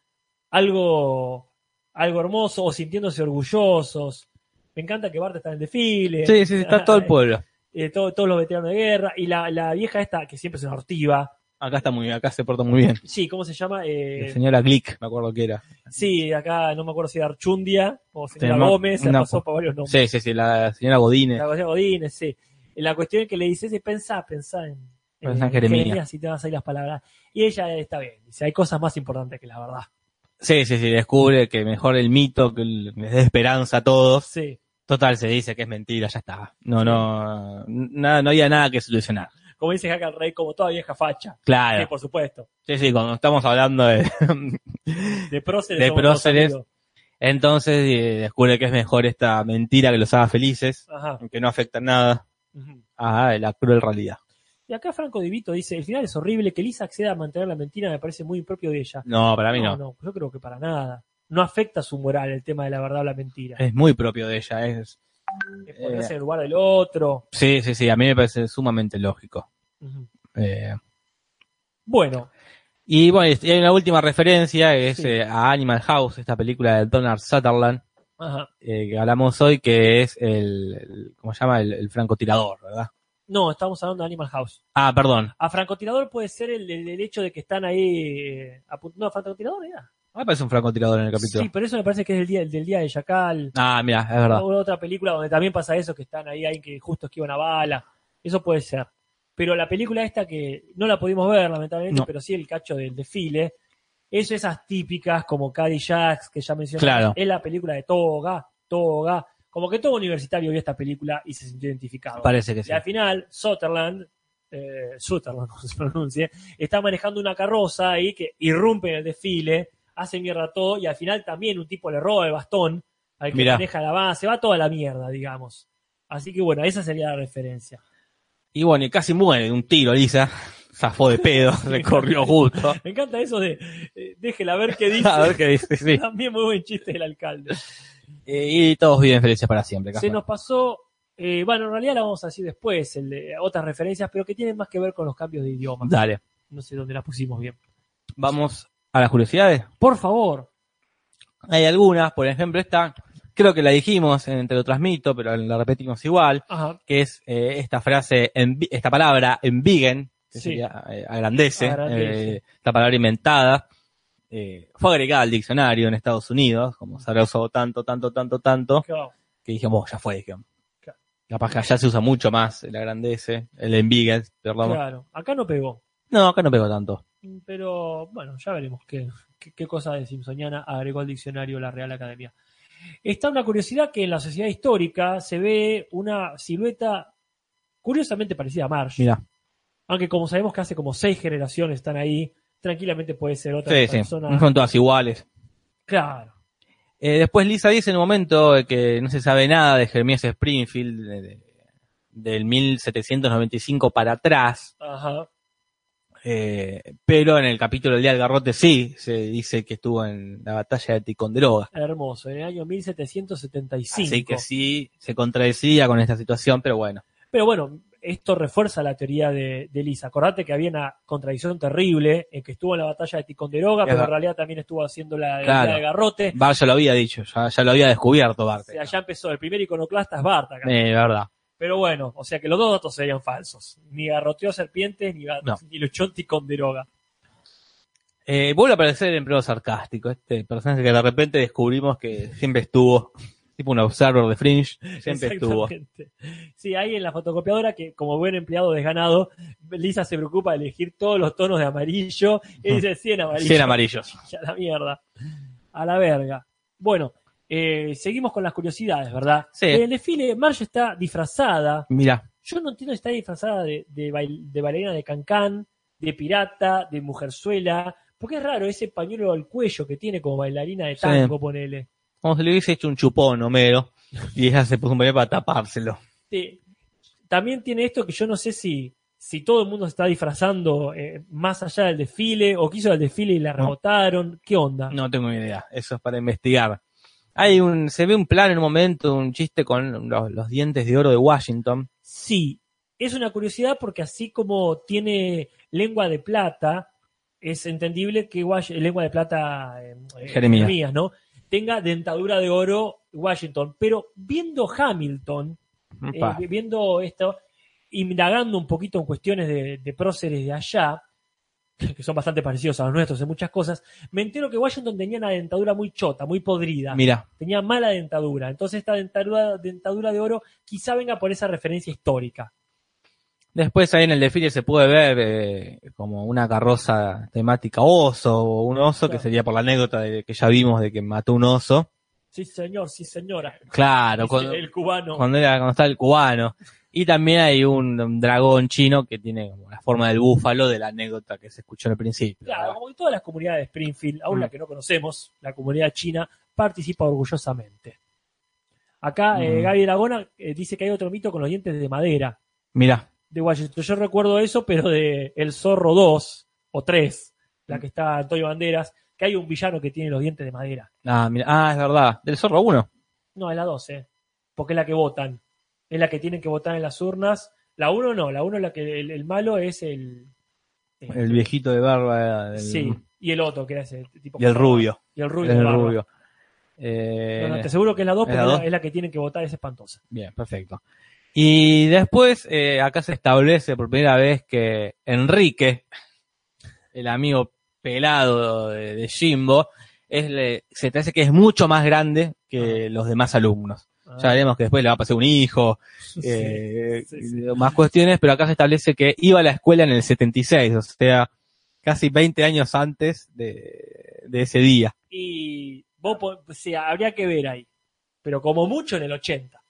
B: algo, algo hermoso o sintiéndose orgullosos. Me encanta que Bart está en el desfile.
C: Sí, sí, está todo el pueblo.
B: eh, todo- todos los veteranos de guerra, y la, la vieja esta, que siempre es una hortiva,
C: Acá está muy bien, acá se porta muy bien.
B: sí, ¿cómo se llama? Eh,
C: La señora Glick, me acuerdo que era.
B: sí, acá no me acuerdo si era Archundia o señora
C: Tenemos
B: Gómez, se
C: una-
B: pasó por varios nombres.
C: Sí, sí, sí, la señora Godínez.
B: La cuestión de Godínez, sí. La cuestión es que le dice, sí, pensá, pensá en,
C: Pensá en Jeremías.
B: si te vas a ir las palabras. Y ella eh, está bien, dice, hay cosas más importantes que la verdad.
C: Sí, sí, sí, descubre que mejor el mito, que les dé esperanza a todos.
B: Sí.
C: Total, se dice que es mentira, ya está. No, no, nada, no había nada que solucionar.
B: Como dice Jack el Rey, como toda vieja facha. Sí,
C: Claro.
B: por supuesto.
C: Sí, sí, cuando estamos hablando de...
B: De próceres.
C: De
B: somos todos
C: próceres.
B: amigos.
C: Entonces eh, descubre que es mejor esta mentira que los haga felices,
B: Ajá.
C: que no afecta nada
B: Ujú.
C: a la cruel realidad.
B: Y acá Franco Divito dice, el final es horrible, que Lisa acceda a mantener la mentira me parece muy impropio de ella.
C: No, para mí no.
B: no, yo creo que para nada. No afecta su moral el tema de la verdad o la mentira.
C: Es muy propio de ella. Es...
B: De
C: eh,
B: ponerse en el lugar del otro.
C: Sí, sí, sí, a mí me parece sumamente lógico.
B: Ujú.
C: Eh,
B: Bueno,
C: Y bueno, y hay una última referencia, que es
B: Sí.
C: eh, a Animal House, esta película de Donald Sutherland,
B: ajá.
C: eh, que hablamos hoy, que es el, el- ¿cómo se llama? El, el francotirador, ¿verdad?
B: no, estamos hablando de Animal House.
C: Ah, perdón.
B: A francotirador puede ser el, el- el hecho de que están ahí apuntando a francotirador, ¿era?
C: Ah, parece un francotirador en el capítulo.
B: Sí, pero eso me parece que es del día, del día del Yacal.
C: Ah, mira, es verdad.
B: Una otra película donde también pasa eso, que están ahí, alguien que justo esquiva una bala. Eso puede ser. Pero la película esta que no la pudimos ver, lamentablemente,
C: No.
B: pero sí el cacho del desfile, es esas típicas como Caddy Jacks, que ya mencionamos.
C: Claro.
B: Es la película de Toga, Toga. Como que todo universitario vio esta película y se sintió identificado.
C: Parece que sí.
B: Y al final, Sutherland, eh, Sutherland, como se pronuncie, está manejando una carroza ahí que irrumpe en el desfile, hace mierda todo y al final también un tipo le roba el bastón al que
C: Mirá.
B: le deja la base, va toda la mierda, digamos. Así que bueno, esa sería la referencia.
C: Y bueno, y casi muere de un tiro, Lisa. Zafó de pedo, le corrió justo.
B: Me encanta eso de eh, déjela ver qué dice.
C: A ver qué dice, sí.
B: También muy buen chiste del alcalde.
C: Eh, y todos viven felices para siempre.
B: Se
C: Casper.
B: nos pasó, eh, bueno, en realidad la vamos a decir después, el de- otras referencias, pero que tienen más que ver con los cambios de idioma.
C: Dale,
B: No sé dónde las pusimos bien.
C: vamos a las curiosidades.
B: Por favor,
C: Hay algunas, por ejemplo, esta, creo que la dijimos en Te lo transmito, pero la repetimos igual,
B: Ajá.
C: que es eh, esta frase, envi- esta palabra, envigen, que
B: Sí.
C: sería eh, agrandece,
B: Agrandece.
C: eh, esta palabra inventada, eh, fue agregada al diccionario en Estados Unidos, como se habrá usado tanto, tanto, tanto, tanto,
B: ¿qué vamos?
C: que dijimos, "Oh, ya fue, dijeron.
B: Claro.
C: Capaz que allá se usa mucho más el agrandece, el envigen, perdón.
B: claro, acá no pegó,
C: No, acá no pegó tanto.
B: pero bueno, ya veremos qué, qué, qué cosa de Simpsoniana agregó al diccionario la Real Academia. Está una curiosidad que en la sociedad histórica se ve una silueta curiosamente parecida a Marge.
C: Mira,
B: Aunque como sabemos que hace como seis generaciones están ahí, tranquilamente puede ser otra
C: sí, sí,
B: persona.
C: no son todas iguales.
B: Claro.
C: Eh, después Lisa dice en un momento de que no se sabe nada de Jeremías Springfield de- de- del 1795 para atrás,
B: Ajá.
C: eh, pero en el capítulo del día del garrote sí se dice que estuvo en la batalla de Ticonderoga.
B: Hermoso, en el año 1775.
C: Así que sí, se contradecía con esta situación, pero bueno.
B: Pero bueno, esto refuerza la teoría de, de Lisa. Acordate que había una contradicción terrible en que estuvo en la batalla de Ticonderoga,
C: Es
B: pero en
C: verdad.
B: realidad también estuvo haciendo la de,
C: Claro. Mm.
B: la de Garrote.
C: Bar ya lo había dicho, ya, ya lo había descubierto Bart.
B: O sea, ya empezó, el primer iconoclasta es Bart acá.
C: Eh, verdad.
B: Pero bueno, o sea que los dos datos serían falsos. Ni garroteó serpientes, ni, ga-
C: No.
B: ni luchó en Ticonderoga.
C: Eh, vuelve a aparecer en empleo sarcástico, este personaje que de repente descubrimos que siempre estuvo, tipo un observer de Fringe, siempre estuvo.
B: Exactamente. Sí, ahí en la fotocopiadora, que como buen empleado desganado, Lisa se preocupa de elegir todos los tonos de amarillo y dice 100 amarillos.
C: Cien amarillos.
B: A la mierda. A la verga. Bueno, eh, seguimos con las curiosidades, ¿verdad?
C: Sí.
B: En el desfile, Marge está disfrazada.
C: Mira,
B: Yo no entiendo si está disfrazada de, de, bail- de bailarina de cancán, de pirata, de mujerzuela. Porque es raro ese pañuelo al cuello que tiene como bailarina de
C: Sí.
B: tango, ponele.
C: Como si le hubiese hecho un chupón, Homero. Y ella se puso un pañuelo para tapárselo.
B: Te- Eh, también tiene esto que yo no sé si, si todo el mundo se está disfrazando eh, más allá del desfile o quiso el desfile y la
C: No.
B: rebotaron. ¿Qué onda?
C: No tengo idea. Eso es para investigar. Hay un, se ve un plan en un momento, un chiste con los, los dientes de oro de Washington.
B: Sí, es una curiosidad porque así como tiene lengua de plata, es entendible que Wash- eh, lengua de plata eh, eh,
C: Jeremías.
B: ¿no? tenga dentadura de oro Washington. Pero viendo Hamilton, eh,
C: Pa.
B: viendo esto, indagando un poquito en cuestiones de, de próceres de allá, que son bastante parecidos a los nuestros en muchas cosas, me entero que Washington tenía una dentadura muy chota, muy podrida,
C: Mira,
B: tenía mala dentadura. Entonces esta dentadura, dentadura de oro quizá venga por esa referencia histórica.
C: después ahí en el desfile se puede ver eh, como una carroza temática oso o un oso,
B: Claro.
C: que sería por la anécdota de que ya vimos de que mató un oso.
B: Sí, señor, sí, señora.
C: Claro,
B: Dice
C: cuando,
B: el cubano.
C: cuando era, cuando estaba el cubano. Y también hay un, un dragón chino que tiene como la forma del búfalo de la anécdota que se escuchó en el principio.
B: Claro, como que todas las comunidades de Springfield, aún
C: Mm.
B: la que no conocemos, la comunidad china, participa orgullosamente. Acá eh,
C: Mm.
B: Gaby Dragona eh, dice que hay otro mito con los dientes de madera.
C: Mira,
B: de Washington. Yo recuerdo eso, pero de El Zorro 2 o 3, la que está Antonio Banderas, que hay un villano que tiene los dientes de madera.
C: Ah, mira, ah, es verdad. Del zorro 1.
B: No, es la 2, ¿eh? Porque es la que votan. Es la que tienen que votar en las urnas. La 1 no, la 1 es la que el, el malo es el.
C: El viejito de barba. El,
B: Sí, y el otro, que era ese tipo.
C: Y el rubio.
B: Y el
C: El
B: rubio.
C: rubio.
B: de barba.
C: Eh,
B: No, no, te aseguro que es la 2,
C: ¿es la
B: pero es la-
C: dos?
B: es la que tienen que votar, es espantosa.
C: Bien, perfecto. Y después eh, acá se establece por primera vez que Enrique, el amigo pelado de, de Jimbo, es, le- se te hace que es mucho más grande que los demás alumnos. Ya
B: Ah,
C: veremos que después le va a pasar un hijo,
B: sí.
C: eh,
B: sí, sí.
C: más cuestiones, pero acá se establece que iba a la escuela en el 76, o sea, casi 20 años antes de, de ese día.
B: y vos, po- o sea, habría que ver ahí, pero como mucho en el 80.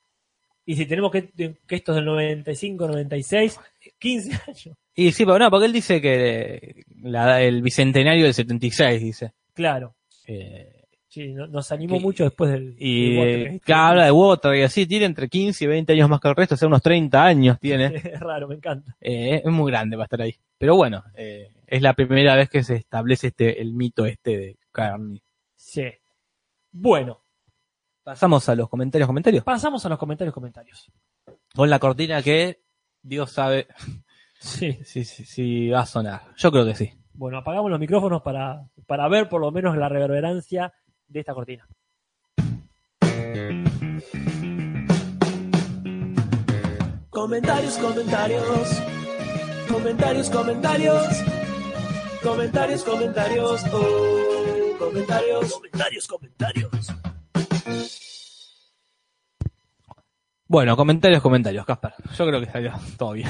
B: Y si tenemos que, que esto es del 95, 96, 15 años.
C: Y sí, pero no, porque él dice que eh, la- el bicentenario del 76, dice.
B: Claro.
C: eh,
B: Sí, no- nos animó
C: Que-
B: mucho después del.
C: y
B: del
C: eh,
B: Watergate.
C: que habla de Water y así, tiene entre 15 y 20 años más que el resto, o sea, unos 30 años tiene.
B: Es raro, me encanta.
C: Eh, es muy grande para estar ahí. Pero bueno, eh, es la primera vez que se establece este el mito este de Carney.
B: Sí. Bueno,
C: Pasamos a los comentarios, comentarios.
B: pasamos a los comentarios, comentarios.
C: Con la cortina que Dios sabe
B: Sí.
C: si, si, si va a sonar. Yo creo que sí.
B: Bueno, apagamos los micrófonos para, para ver por lo menos la reverberancia de esta cortina.
A: Comentarios, comentarios. Comentarios, comentarios. Comentarios, comentarios. Oh, comentarios, comentarios, comentarios.
C: Bueno, comentarios, comentarios, Caspar. Yo creo que salió todo bien.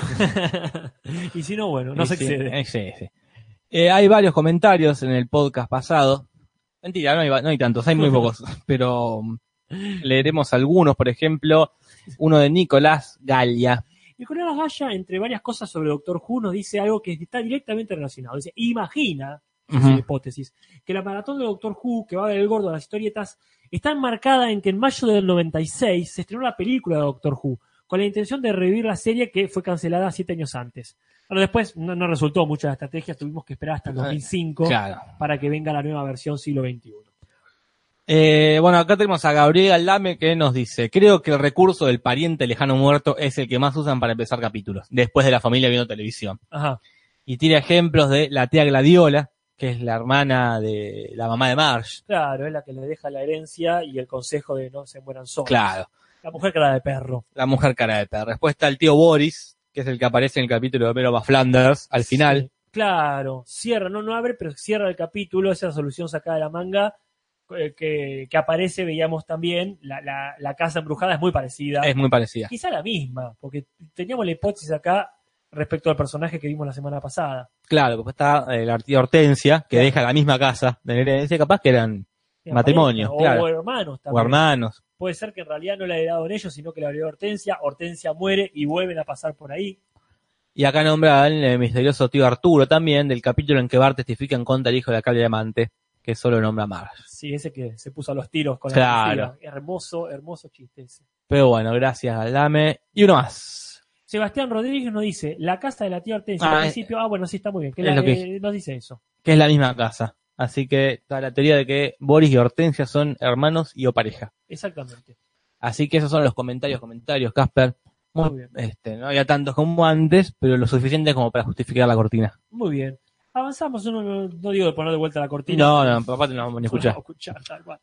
B: Y si no, bueno, no se
C: Sí,
B: excede.
C: eh, sí, sí. Eh, hay varios comentarios en el podcast pasado. Mentira, no hay, va- no hay tantos, hay muy pocos. Pero mm, leeremos algunos, por ejemplo, uno de Nicolás Galia.
B: Nicolás Gaya, entre varias cosas sobre Doctor Who, nos dice algo que está directamente relacionado. Dice, imagina, es una
C: Ujú.
B: hipótesis, que la maratón de Doctor Who, que va a ver el gordo de las historietas, está enmarcada en que en mayo del 96 se estrenó la película de Doctor Who, con la intención de revivir la serie que fue cancelada siete años antes. Pero después no, no resultó mucha la estrategia, tuvimos que esperar hasta el 2005
C: Claro.
B: para que venga la nueva versión siglo XXI.
C: Eh, bueno, acá tenemos a Gabriel Aldame que nos dice, creo que el recurso del pariente lejano muerto es el que más usan para empezar capítulos, después de la familia viendo televisión.
B: Ajá.
C: Y tira ejemplos de la tía Gladiola, que es la hermana de la mamá de Marge.
B: Claro, es la que le deja la herencia y el consejo de no se mueran solos.
C: Claro,
B: La mujer cara de perro.
C: la mujer cara de perro. Después está el tío Boris, que es el que aparece en el capítulo de Mero Flanders, al final.
B: Sí, claro, cierra, no, no abre, pero cierra el capítulo, esa solución sacada de la manga eh, que, que aparece, veíamos también, la, la- la casa embrujada es muy parecida.
C: Es muy parecida.
B: Quizá la misma, porque teníamos la hipótesis acá respecto al personaje que vimos la semana pasada.
C: Claro, después está eh, la tía Hortensia, que
B: Claro.
C: deja la misma casa de la herencia, capaz que eran
B: Eran
C: Matrimonio,
B: pareja, o,
C: claro.
B: o hermanos
C: o
B: también.
C: hermanos.
B: Puede ser que en realidad no la he dado en ellos, sino que la heredó Hortensia, Hortensia muere y vuelven a pasar por ahí.
C: Y acá nombra al eh, misterioso tío Arturo también, del capítulo en que Bart testifica en contra del hijo de la calle amante, que solo nombra a Marge.
B: Sí, ese que se puso a los tiros con
C: Claro.
B: la policía. Hermoso, hermoso chiste ese.
C: Pero bueno, gracias, Aldame. Y uno más.
B: Sebastián Rodríguez nos dice, la casa de la tía Hortensia,
C: Ah,
B: al
C: eh,
B: principio, ah, bueno, sí, está muy bien, que
C: es
B: la-
C: lo que
B: eh,
C: dije.
B: nos dice eso.
C: Que es la misma casa. Así que está la teoría de que Boris y Hortensia son hermanos y o pareja.
B: Exactamente.
C: Así que esos son los comentarios, comentarios, Casper. Muy
B: Muy bien.
C: Este, no había tantos como antes, pero lo suficiente como para justificar la cortina.
B: Muy bien. Avanzamos, no, no, no digo de poner de vuelta la cortina.
C: No, no, papá no vamos ni a
B: escuchar.
C: escuchar.
B: tal cual.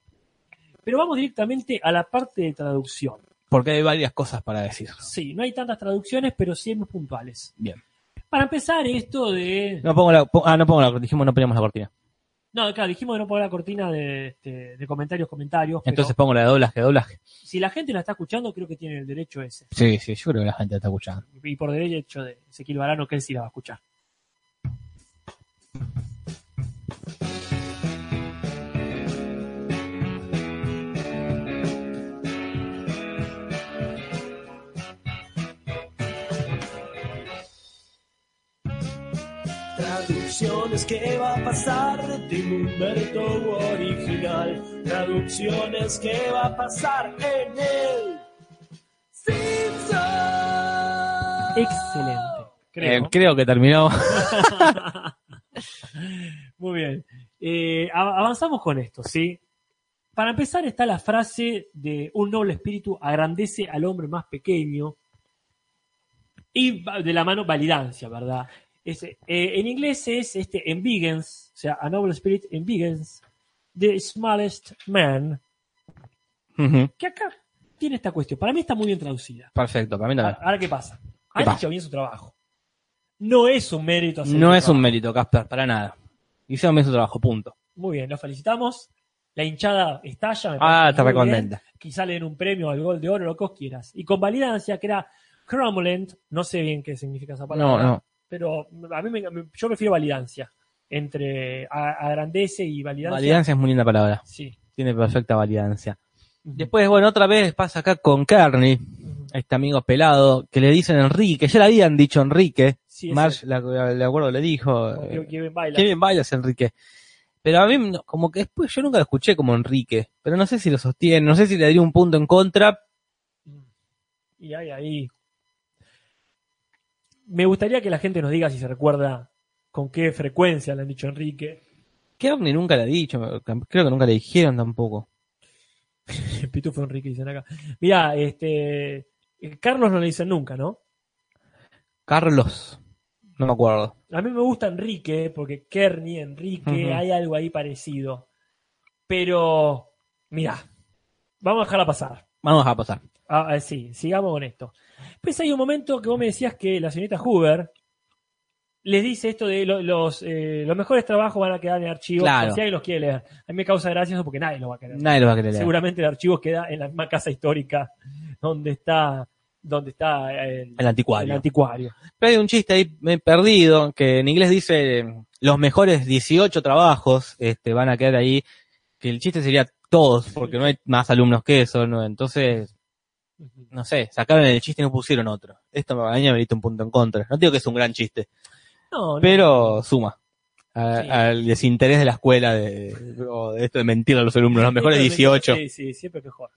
B: Pero vamos directamente a la parte de traducción.
C: Porque hay varias cosas para decir.
B: Sí, no hay tantas traducciones, pero sí hay muy puntuales.
C: Bien.
B: Para empezar, esto de...
C: No pongo la, po- ah, no pongo la, dijimos no poníamos la cortina.
B: No, claro, dijimos de no poner la cortina de, este, de comentarios, comentarios. pero
C: Entonces pongo la de doblaje, doblaje.
B: si la gente la está escuchando, creo que tiene el derecho ese.
C: Sí, sí, yo creo que la gente está escuchando.
B: y por derecho de Ezequiel Barano, que él sí la va a escuchar.
A: Traducciones que va a pasar de Humberto original. Traducciones que va a pasar en el Simpson.
B: Excelente.
C: Eh,
B: Creo.
C: Creo, que terminó.
B: Muy bien. Eh, a- avanzamos con esto, ¿sí? Para empezar está la frase de un noble espíritu agrandece al hombre más pequeño y va- de la mano validancia, ¿verdad? Es, eh, en inglés es este embiggens, o sea, a noble spirit embiggens, the smallest man,
C: Ujú.
B: que acá tiene esta cuestión. Para mí está muy bien traducida.
C: Perfecto, para mí
B: Ahora,
C: también.
B: ahora, ¿qué pasa? Han
C: pasa?
B: hecho bien su trabajo. No es un mérito hacer
C: No
B: este
C: es un
B: trabajo.
C: mérito, Casper, para nada. Hicieron bien su trabajo, punto.
B: Muy bien, los felicitamos. La hinchada estalla. me
C: Ah,
B: parece
C: está
B: muy bien.
C: recontenta.
B: Quizá le den un premio al gol de oro, lo que vos quieras. Y con validancia, que era cromulent, no sé bien qué significa esa
C: No,
B: palabra.
C: no.
B: Pero a mí me- me- yo prefiero validancia. Entre a- agrandece y validancia.
C: Validancia es muy linda palabra.
B: Sí.
C: Tiene perfecta validancia. Después, bueno, otra vez pasa acá con Carney, este amigo pelado, que le dicen Enrique, ya le habían dicho Enrique,
B: Sí, es
C: Marge, la- la- le acuerdo, le dijo,
B: el-
C: eh,
B: Kevin Baila.
C: qué bien bailas Enrique. Pero a mí, no- como que después, yo nunca lo escuché como Enrique. Pero no sé si lo sostiene, no sé si le daría un punto en contra.
B: Y hay ahí. Me gustaría que la gente nos diga si se recuerda con qué frecuencia le han dicho Enrique.
C: Que Avni nunca le ha dicho, creo que nunca le dijeron tampoco.
B: El pitufo Enrique dicen acá. Mirá, este. Carlos no le dicen nunca, ¿no?
C: Carlos. No me acuerdo.
B: A mí me gusta Enrique, porque Kerny, Enrique,
C: Ujú.
B: hay algo ahí parecido. Pero, mirá, vamos a dejarla pasar.
C: Vamos a pasar.
B: Ah, ah, sí, sigamos con esto. Pues hay un momento que vos me decías que la señorita Hoover les dice esto de lo- los, eh, los mejores trabajos van a quedar en archivos,
C: Claro.
B: por si alguien los quiere leer. A mí me causa gracia eso porque nadie los va a querer. leer.
C: Nadie lo va a querer leer.
B: Seguramente el archivo queda en la misma casa histórica donde está, donde está el,
C: El anticuario.
B: el anticuario.
C: Pero hay un chiste ahí eh, perdido que en inglés dice eh, los mejores 18 trabajos este, van a quedar ahí. Que el chiste sería todos, porque no hay más alumnos que eso. ¿no? Entonces, no sé, sacaron el chiste y no pusieron otro. Esto me- a mí me merita un punto en contra. No digo que es un gran chiste,
B: No, no.
C: pero suma. a-
B: Sí.
C: Al desinterés de la escuela de, o de esto de mentir a los alumnos, los mejores
B: Siempre
C: 18.
B: mete- Sí, sí, siempre mejor.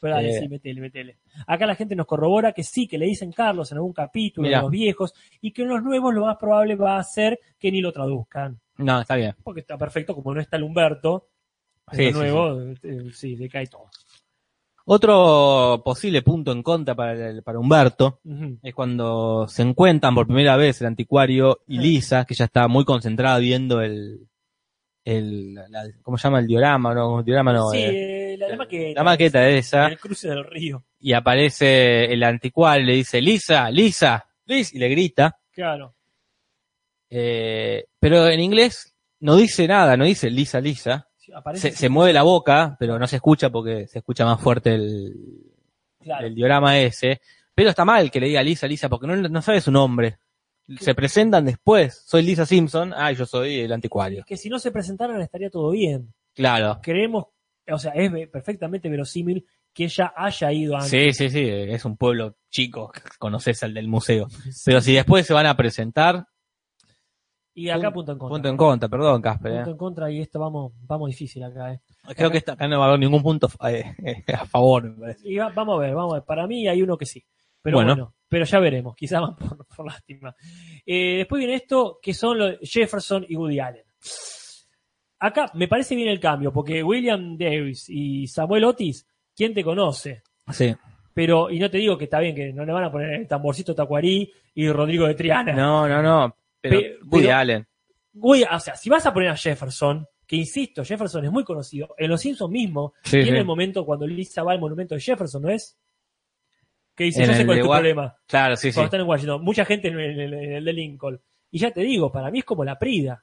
B: Pero dale,
C: Eh.
B: sí, metele, metele. Acá la gente nos corrobora que sí, que le dicen Carlos en algún capítulo,
C: Mirá.
B: en los viejos, y que en los nuevos lo más probable va a ser que ni lo traduzcan.
C: No, está bien.
B: Porque está perfecto, como no está el Humberto, en
C: Sí,
B: lo
C: sí,
B: nuevo, eh, sí. le cae todo.
C: Otro posible punto en contra para, el- para Humberto
B: Ujú.
C: es cuando se encuentran por primera vez el anticuario y Lisa, que ya está muy concentrada viendo el, el la- ¿cómo se llama? El diorama, ¿no? El diorama no.
B: sí,
C: eh,
B: eh, la, la maqueta.
C: la maqueta esa.
B: El cruce del río.
C: Y aparece el anticuario y le dice, Lisa, Lisa, Liz, y le grita.
B: Claro.
C: eh, pero en inglés no dice nada, no dice Lisa, Lisa.
B: Sí, Aparece.
C: Se, se mueve la boca, pero no se escucha porque se escucha más fuerte el,
B: claro.
C: el diorama ese. Pero está mal que le diga Lisa, Lisa, porque no, no sabe su nombre. Se presentan después. Soy Lisa Simpson. Ah, yo soy el anticuario.
B: Que si no se presentaran estaría todo bien.
C: Claro.
B: Creemos, o sea, es ve- perfectamente verosímil que ella haya ido antes.
C: Sí, sí, sí. Es un pueblo chico. Conoces al del museo. Pero si después se van a presentar.
B: Y acá
C: Pun-
B: punto en contra.
C: Punto en contra, perdón, Casper. eh.
B: Punto en contra y esto vamos, vamos difícil acá. ¿eh?
C: Creo que esta- acá no va a haber ningún punto eh, a favor, me parece.
B: Y va- vamos a ver, vamos a ver. Para mí hay uno que sí. Pero bueno,
C: Bueno.
B: pero ya veremos, quizás más por, por lástima. Eh, después viene esto, que son los Jefferson y Woody Allen. Acá me parece bien el cambio, porque William Davis y Samuel Otis, ¿quién te conoce?
C: Sí.
B: Pero, y no te digo que está bien, que no le van a poner el tamborcito Tacuarí y Rodrigo de Triana.
C: No, no, no. Pero,
B: Pe-
C: Woody
B: pero-
C: Allen.
B: Woody- o sea, si vas a poner a Jefferson, que insisto, Jefferson es muy conocido, en Los Simpsons mismo,
C: Sí,
B: tiene
C: sí.
B: el momento cuando Lisa va al monumento de Jefferson, ¿no es? Que dice,
C: En
B: yo sé
C: el
B: cuál
C: de
B: es tu
C: Wa-
B: problema.
C: Claro, sí, sí.
B: Cuando están en Washington. Mucha gente en el, en el- en el de Lincoln. Y ya te digo, para mí es como la Prida.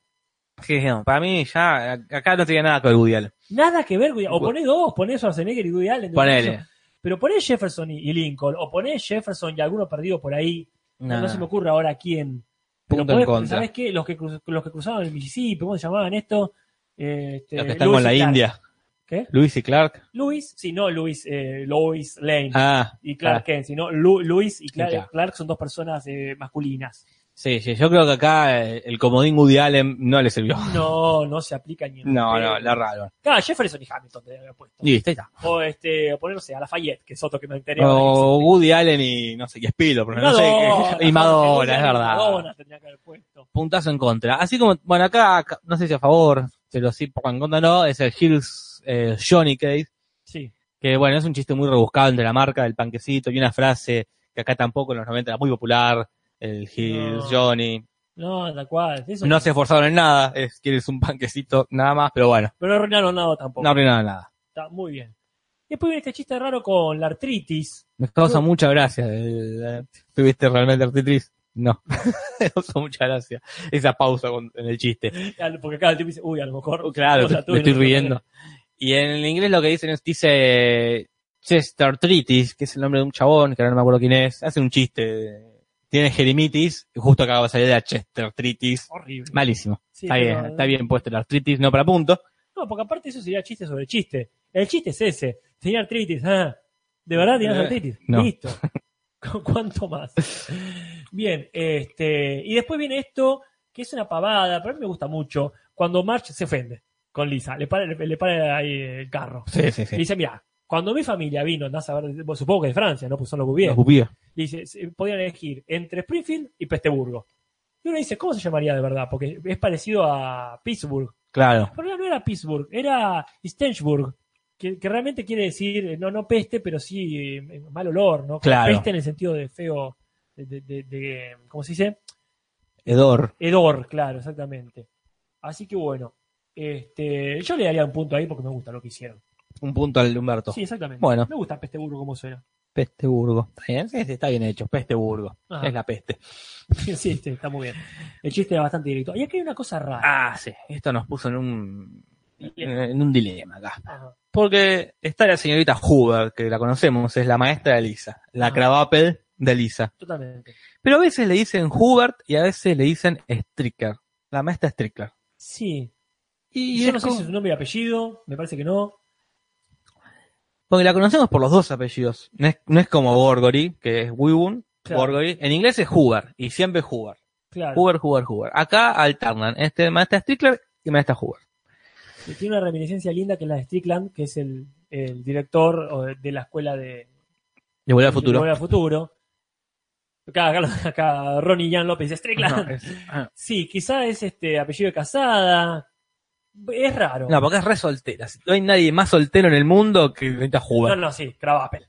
C: Sí, sí, no. Para mí ya, acá no tenía nada que ver Woody Allen.
B: Nada que ver, Woody- o poné dos, poné Schwarzenegger y Woody Allen. de un
C: Ponele.
B: caso. Pero poné Jefferson y, y Lincoln, o poné Jefferson y alguno perdido por ahí. No,
C: No.
B: se me ocurre ahora quién. Pero
C: Punto en
B: podés-
C: contra.
B: ¿Sabés qué? Los que, cruz- los que cruzaron el Mississippi, ¿cómo se llamaban esto? Eh, este,
C: Los que están
B: Lewis
C: con la
B: y Clark.
C: India.
B: ¿Qué?
C: Luis y Clark.
B: Luis, sí, no Luis, eh, Lois Lane.
C: Ah,
B: y Clark
C: ah,
B: Kent, sino Lu- Luis y Clark,
C: Claro.
B: Clark son dos personas eh, masculinas.
C: sí, sí, yo creo que acá eh, el comodín Woody Allen no le sirvió.
B: No, no se aplica ni en
C: No,
B: pedo.
C: no, la raro.
B: Claro, Jefferson y Hamilton te había puesto.
C: Listo, ahí está.
B: O este, o ponerse a Lafayette, que es otro que me enteré. ahora que
C: O
B: existe.
C: Woody Allen y no sé qué Spilo, pero Oh, no, sé
B: Madonna,
C: qué. Y Madonna,
B: Woody
C: es
B: Allen y
C: verdad.
B: Madonna tendría que haber puesto.
C: Puntazo en contra. Así como, bueno, acá, acá, no sé si a favor, pero sí poco en contra no, es el Hills eh, Johnny Case,
B: Sí.
C: que bueno, es un chiste muy rebuscado entre la marca del panquecito y una frase que acá tampoco en los 90 era muy popular, el Hills
B: No.
C: Johnny.
B: No, tal cual. Eso
C: No
B: sí.
C: se esforzaron en nada, es, quieres un panquecito nada más, pero bueno,
B: Pero no arruinaron nada tampoco.
C: no arruinaron nada.
B: Está muy bien. Después viene este chiste raro con la artritis.
C: Me causa
B: Yo-
C: mucha gracia. el- eh, ¿Tuviste realmente artritis? No. Me causa mucha gracia. Esa pausa con- en el chiste.
B: Al- Porque cada tipo dice, uy, a lo mejor.
C: Claro,
B: o sea,
C: te-
B: tú no
C: me estoy
B: te
C: riendo. Y en el inglés lo que dicen es, dice Chestertritis, que es el nombre de un chabón, que ahora no me acuerdo quién es. Hace un chiste. Tiene gerimitis, y justo acaba de salir la Chestertritis.
B: Horrible.
C: Malísimo.
B: Sí,
C: está,
B: pero-
C: bien, está bien puesto el artritis, no para punto.
B: No, porque aparte eso sería chiste sobre chiste. El chiste es ese. Tenía artritis. Ah, ¿De verdad tenías
C: Eh,
B: artritis?
C: no.
B: Listo. ¿Cu- ¿Cuánto más? Bien, este, y después viene esto, que es una pavada, pero a mí me gusta mucho, cuando March se ofende. con Lisa. Le para, le, le para ahí el carro.
C: Sí, sí,
B: Y
C: sí.
B: dice, mira, cuando mi familia vino, andás a ver, bueno, supongo que de Francia, ¿no? Pues son los Bouvier.
C: Los Bouvier.
B: Le dice, se- podían elegir entre Springfield y Pesteburgo. Y uno dice, ¿cómo se llamaría de verdad? Porque es parecido a Pittsburgh.
C: Claro.
B: Pero no, no era Pittsburgh, era Stenchburg, que, que realmente quiere decir, eh, no, no peste, pero sí eh, mal olor, ¿no?
C: Claro.
B: Peste en el sentido de feo, de, de- de- de- ¿cómo se dice?
C: Edor.
B: Hedor, claro, exactamente. Así que bueno, este, yo le daría un punto ahí porque me gusta lo que hicieron.
C: Un punto al Humberto.
B: Sí, exactamente.
C: Oh. Bueno.
B: Me gusta Pesteburgo como suena.
C: Pesteburgo. Está bien, sí, sí, está bien hecho. Pesteburgo.
B: Ajá.
C: Es la peste.
B: Ah. sí, sí, está muy bien. El chiste era bastante directo. Y aquí hay una cosa rara.
C: Ah, sí. Esto nos puso en un, en un dilema acá.
B: Ajá.
C: Porque está la señorita Hoover, que la conocemos, es la maestra de Lisa, la
B: Ajá.
C: Cravapel de Lisa.
B: Totalmente.
C: Pero a veces le dicen Hubert y a veces le dicen Stricker, la maestra Stricker.
B: Sí.
C: Y
B: Yo
C: es
B: no sé
C: como-
B: si es su nombre y apellido, me parece que no.
C: Porque la conocemos por los dos apellidos. No es, no es como Gorgory, que es Wibun.
B: Claro.
C: Gorgory. En inglés es Hoover, y siempre Hoover.
B: Claro.
C: Hoover, Hoover, Hoover. Acá alternan este maestra Strickler y maestra Hoover.
B: que tiene una reminiscencia linda que es la de Strickland, que es el, el director o de- de la escuela de
C: De vuelta al
B: de
C: futuro.
B: Volver al Futuro. Acá, acá, acá Ronnie Jan López dice Strickland.
C: No, es- ah.
B: Sí, quizá es este apellido de casada. Es raro.
C: No, porque es re soltera. No hay nadie más soltero en el mundo que Rita
B: no,
C: Hoover.
B: no, sí, Cravapel.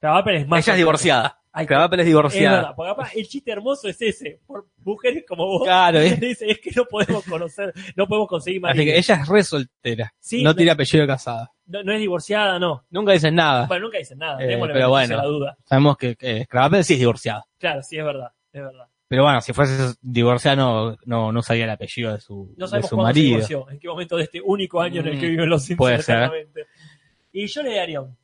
B: Cravapel es más.
C: Ella es divorciada.
B: Ay,
C: Clavapel es
B: Es verdad,
C: divorciada.
B: porque capaz el chiste hermoso es ese. Por mujeres como vos.
C: Claro, ¿eh?
B: Dice, es que no podemos conocer, no podemos conseguir marido.
C: Así que ella es re soltera.
B: Sí,
C: no
B: no-
C: tiene apellido de casada.
B: no, no es divorciada, no.
C: Nunca dicen nada.
B: Bueno, nunca dicen nada.
C: Eh,
B: démosle
C: pero
B: beneficio a
C: bueno.
B: la duda.
C: Sabemos que eh, Clavapel sí es divorciada.
B: Claro, sí, es verdad, es verdad.
C: Pero bueno, si fuese divorciada no, no, no sabía el apellido de su,
B: No
C: de
B: sabemos
C: su
B: cuándo se
C: marido.
B: divorció, en qué momento de este único año en el que
C: Mm,
B: viven los Simpsons.
C: puede ser.
B: exactamente. Y yo le daría un,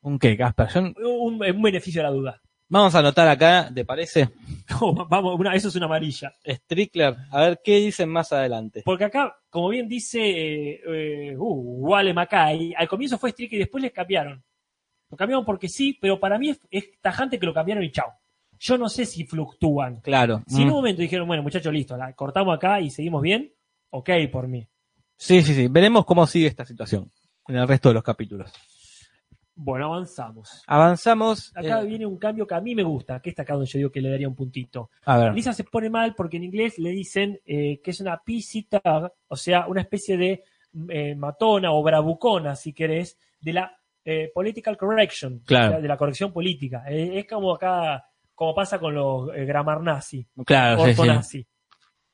C: ¿Un qué, Casper? Yo-
B: un- un beneficio a la duda.
C: Vamos a anotar acá, ¿te parece?
B: No, vamos, una- eso es una amarilla.
C: Strickler, a ver qué dicen más adelante.
B: Porque acá, como bien dice eh, eh, uh, Wale Mackay, al comienzo fue Strick y después les cambiaron. Lo cambiaron porque sí, pero para mí es, es tajante que lo cambiaron y chao. Yo no sé si fluctúan.
C: Claro.
B: Si en
C: Mm.
B: un momento dijeron, bueno, muchachos, listo, la cortamos acá y seguimos bien, ok por mí.
C: Sí, sí, sí. Veremos cómo sigue esta situación en el resto de los capítulos.
B: Bueno, avanzamos.
C: Avanzamos.
B: Acá
C: eh,
B: viene un cambio que a mí me gusta, que es acá donde yo digo que le daría un puntito.
C: a ver.
B: Lisa se pone mal porque en inglés le dicen eh, que es una pisitar, o sea, una especie de mm, eh, matona o bravucona, si querés, de la eh, political correction,
C: Claro.
B: o sea, de la corrección política. Eh, es como acá, como pasa con los eh, grammar nazi,
C: Claro, Ah, sí, sí.
B: ortonazi.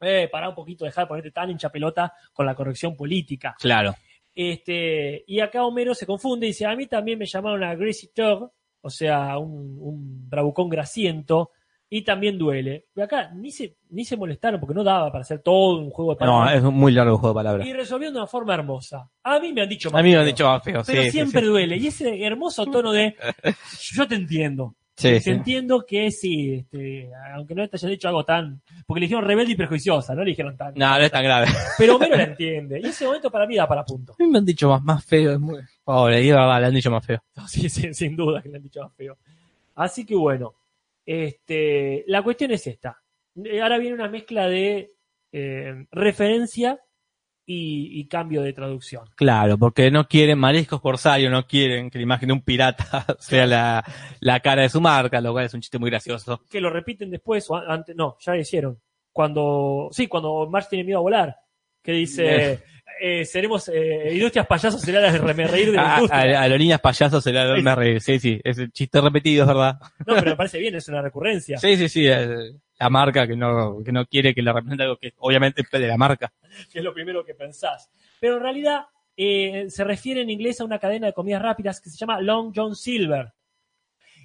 B: Eh, pará un poquito, dejar de ponerte tan hincha pelota con la corrección política.
C: Claro.
B: Este, y acá Homero se confunde y dice, a mí también me llamaron a Gracie Tog, o sea, un, un bravucón grasiento, y también duele. Y acá ni se, ni se molestaron porque no daba para hacer todo un juego de
C: No,
B: palabras.
C: es un muy largo juego de palabras.
B: y resolvió de una forma hermosa. A mí me han dicho más
C: A mí me lo han
B: feo,
C: dicho más feo.
B: Pero
C: sí, sí,
B: siempre
C: sí.
B: duele. Y ese hermoso tono de, yo te entiendo.
C: Sí,
B: te
C: sí.
B: entiendo que sí, este, aunque no te hayan dicho algo tan... Porque le dijeron rebelde y prejuiciosa, no le dijeron tan.
C: No, no es tan grave.
B: Pero Homero la entiende. Y ese momento para mí da para punto.
C: A mí me han dicho más, más feo. Es muy... Pobre, iba, va, le han dicho más feo.
B: No, sí, sí, sin duda que le han dicho más feo. Así que bueno, este, la cuestión es esta. Eh, Ahora viene una mezcla de eh, referencia y, y cambio de traducción.
C: Claro, porque no quieren mariscos corsario, no quieren que la imagen de un pirata sea la, la cara de su marca, lo cual es un chiste muy gracioso.
B: Que lo repiten después o a- antes. No, ya lo hicieron. Cuando. Sí, cuando Marge tiene miedo a volar. Que dice. eh, seremos eh, industrias payasos será la de re- me reír de la
C: A, a,
B: industria.
C: Ah, a los niños payasos se la me reí. Sí, sí, es el chiste repetido, es verdad.
B: No, pero me parece bien, es una recurrencia.
C: Sí, sí, sí, el- la marca que no, que no quiere que le represente algo que obviamente es de la marca.
B: que es lo primero que pensás. Pero en realidad eh, se refiere en inglés a una cadena de comidas rápidas que se llama Long John Silver,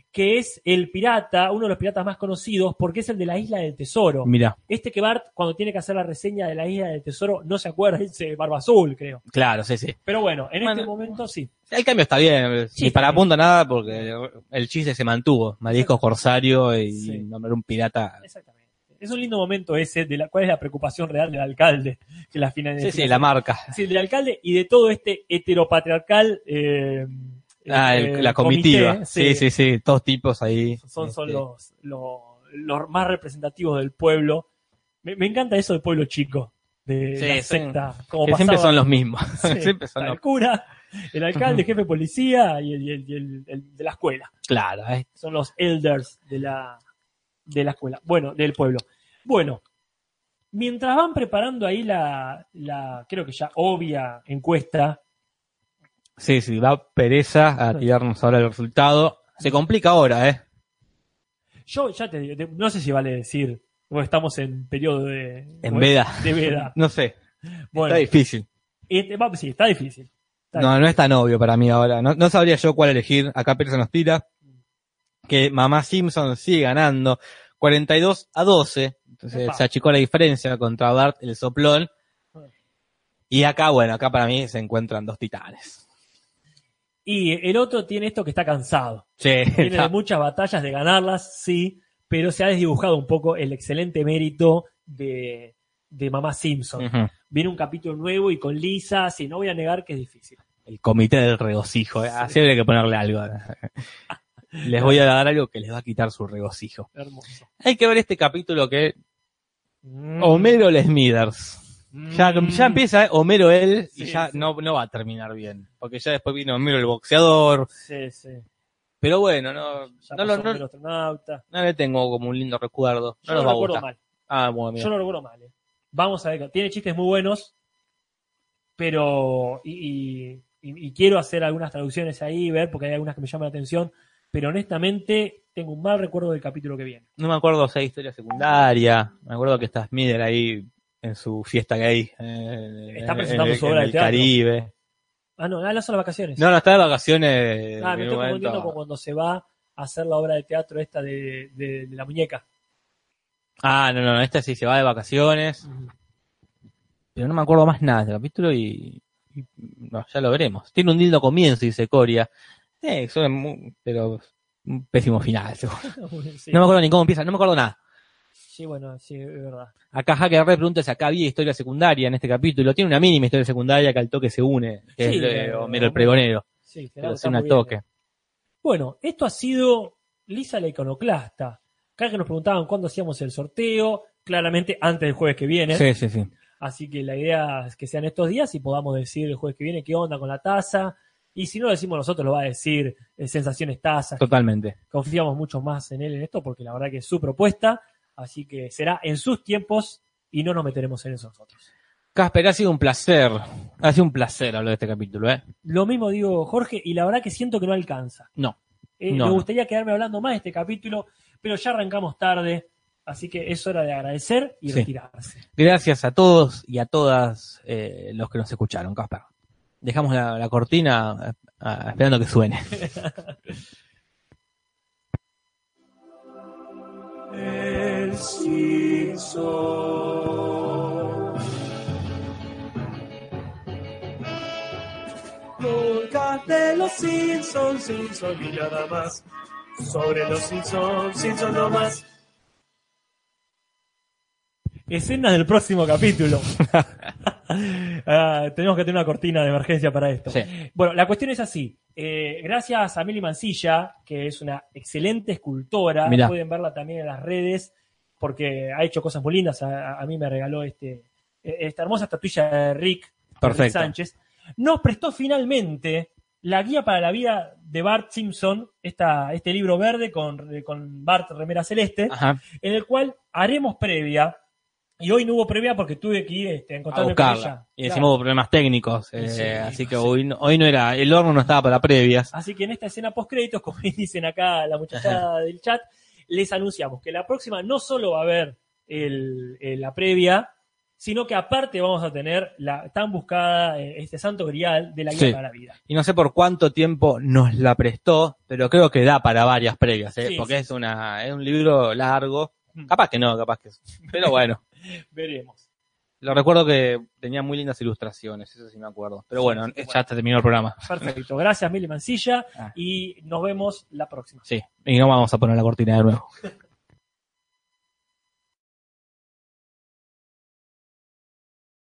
B: que es el pirata, uno de los piratas más conocidos, porque es el de la Isla del Tesoro.
C: Mira,
B: Este que Bart, cuando tiene que hacer la reseña de la Isla del Tesoro, no se acuerda, dice Barba Azul, creo.
C: claro, sí, sí.
B: Pero bueno, en este
C: Bueno.
B: momento sí.
C: El cambio está bien,
B: Sí,
C: ni para
B: está bien.
C: punto nada porque el chiste se mantuvo. Mariscos corsario y
B: Sí.
C: nombrar un pirata.
B: Exactamente. Es un lindo momento ese de la cuál es la preocupación real del alcalde, que la final
C: Sí, sí, la marca.
B: Sí, del alcalde y de todo este heteropatriarcal. eh,
C: Ah,
B: eh,
C: el- la comitiva.
B: comité,
C: sí. sí, sí, todos tipos ahí.
B: son, son
C: Este,
B: los, los, los más representativos del pueblo. Me, me encanta eso de pueblo chico. de
C: Sí,
B: la
C: sí.
B: secta. Como
C: que siempre
B: pasaba-
C: son los mismos.
B: Sí,
C: siempre son los-
B: el cura, el alcalde, el
C: Ujú.
B: jefe de policía y el, y el- y el- el de la escuela.
C: Claro, eh.
B: Son los elders de la, de la escuela, bueno, del pueblo. Bueno, mientras van preparando ahí la, la creo que ya obvia encuesta,
C: Sí, sí, va pereza a tirarnos ahora el resultado. Se complica ahora, ¿eh?
B: yo ya te digo, te- no sé si vale decir, porque estamos en periodo de...
C: En veda.
B: De veda.
C: No sé,
B: Bueno,
C: está difícil.
B: este, va- sí, está difícil. Está
C: No, no es tan obvio para mí ahora. No, no sabría yo cuál elegir. Acá Pearson nos tira. Que Mamá Simpson sigue ganando 42 a 12. Entonces
B: Epa.
C: se achicó la diferencia contra Bart el soplón. Y acá, bueno, acá para mí se encuentran dos titanes.
B: Y el otro tiene esto que está cansado.
C: Sí,
B: Tiene de
C: está-
B: muchas batallas de ganarlas, sí, pero se ha desdibujado un poco el excelente mérito de, de Mamá Simpson.
C: Ujú.
B: Viene un capítulo nuevo y con Lisa, sí, no voy a negar que es difícil.
C: el comité del regocijo. ¿eh? Así habría que ponerle algo. Les voy a dar algo que les va a quitar su regocijo.
B: Hermoso.
C: Hay que ver este capítulo que
B: Mm.
C: Homero Les Smithers. Ya, ya empieza eh, Homero él y
B: Sí,
C: ya
B: sí.
C: No, no va a terminar bien. Porque ya después vino Homero el boxeador.
B: Sí, sí.
C: Pero bueno, no,
B: Ya
C: no,
B: pasó
C: lo-
B: Homero
C: no,
B: astronauta.
C: no le tengo como un lindo recuerdo.
B: Yo
C: No nos
B: lo
C: va a
B: recuerdo
C: gustar.
B: mal.
C: Ah, bueno, mira.
B: Yo lo recuerdo mal. eh. Vamos a ver. Tiene chistes muy buenos, pero. Y, y- y- y quiero hacer algunas traducciones ahí, ver, porque hay algunas que me llaman la atención. Pero honestamente, tengo un mal recuerdo del capítulo que viene.
C: No me acuerdo si hay historia secundaria. Me acuerdo que está Smither ahí en su fiesta gay. eh,
B: Está
C: en-
B: presentando
C: en-
B: su obra
C: en
B: de
C: el
B: teatro.
C: Caribe.
B: Ah, no, nada, las son las vacaciones.
C: No, no, está de vacaciones.
B: Ah,
C: en
B: me
C: un
B: estoy confundiendo
C: momento.
B: con cuando se va a hacer la obra de teatro esta de, de- de la muñeca.
C: Ah, no, no, esta sí se va de vacaciones. Pero no me acuerdo más nada del capítulo y. y- no, ya lo veremos. Tiene un lindo comienzo, dice Coria. Eh, son mu- pero un pésimo final, seguro.
B: sí.
C: No me acuerdo ni cómo empieza, no me acuerdo nada.
B: sí, bueno, sí, es verdad.
C: Acá Hacker Red pregunta si acá había historia secundaria en este capítulo. Tiene una mínima historia secundaria que al toque se une. Que
B: Sí,
C: es lo de
B: eh,
C: Homero
B: Homero.
C: el pregonero.
B: Sí,
C: Pero
B: Gerardo,
C: se
B: está muy
C: une al
B: bien. eh.
C: toque.
B: Bueno, esto ha sido Lisa la iconoclasta. Acá que nos preguntaban cuándo hacíamos el sorteo, claramente antes del jueves que viene.
C: Sí, sí, sí.
B: Así que la idea es que sean estos días y podamos decir el jueves que viene qué onda con la taza. Y si no lo decimos nosotros, lo va a decir eh, Sensaciones Tazas,
C: Totalmente.
B: confiamos mucho más en él en esto porque la verdad que es su propuesta, así que será en sus tiempos y no nos meteremos en eso nosotros.
C: Casper, ha sido un placer. Ha sido un placer hablar de este capítulo, ¿eh?
B: Lo mismo digo Jorge y la verdad que siento que no alcanza.
C: No.
B: Eh,
C: No,
B: me
C: no.
B: gustaría quedarme hablando más de este capítulo, pero ya arrancamos tarde, así que es hora de agradecer y
C: Sí.
B: retirarse.
C: Gracias a todos y a todas eh, los que nos escucharon, Casper. Dejamos la, la cortina eh, ah, esperando que suene.
A: El Simpson. Podcast de los Simpsons, Simpson y nada más. Sobre los Simpsons, Simpson no más.
B: Escenas del próximo capítulo. Ah, tenemos que tener una cortina de emergencia para esto.
C: Sí.
B: Bueno, la cuestión es así. Eh, gracias a Meli Mancilla, que es una excelente escultora.
C: Mirá.
B: Pueden verla también en las redes, porque ha hecho cosas muy lindas. A, a mí me regaló este, eh, esta hermosa estatuilla de Rick, de Rick
C: Perfecto.
B: Sánchez. Nos prestó finalmente la guía para la vida de Bart Simpson, esta, este libro verde con, con Bart Remera Celeste
C: Ajá.
B: en el cual haremos previa. Y hoy no hubo previa porque tuve que ir este, a
C: A
B: encontrarme con ella.
C: buscarla. Y encima
B: Claro.
C: hubo problemas técnicos. eh,
B: Sí,
C: así
B: no
C: que
B: sé.
C: hoy, no- hoy no era. El horno no estaba para previas.
B: Así que en esta escena post créditos, como dicen acá la muchachada del chat, les anunciamos que la próxima no solo va a haber el- el- la previa, sino que aparte vamos a tener la tan buscada, eh, este santo grial de la guía
C: Sí.
B: para la vida.
C: Y no sé por cuánto tiempo nos la prestó, pero creo que da para varias previas, ¿eh?
B: Sí,
C: porque
B: sí.
C: es una es un libro largo.
B: Mm.
C: Capaz que no, capaz que. Pero bueno.
B: Veremos.
C: Lo recuerdo que tenía muy lindas ilustraciones, eso sí me acuerdo. Pero bueno,
B: sí,
C: eh,
B: bueno.
C: ya terminó el programa.
B: Perfecto. Gracias, Mili Mancilla.
C: Ah.
B: Y nos vemos la próxima.
C: Sí, y no vamos a poner la cortina de nuevo.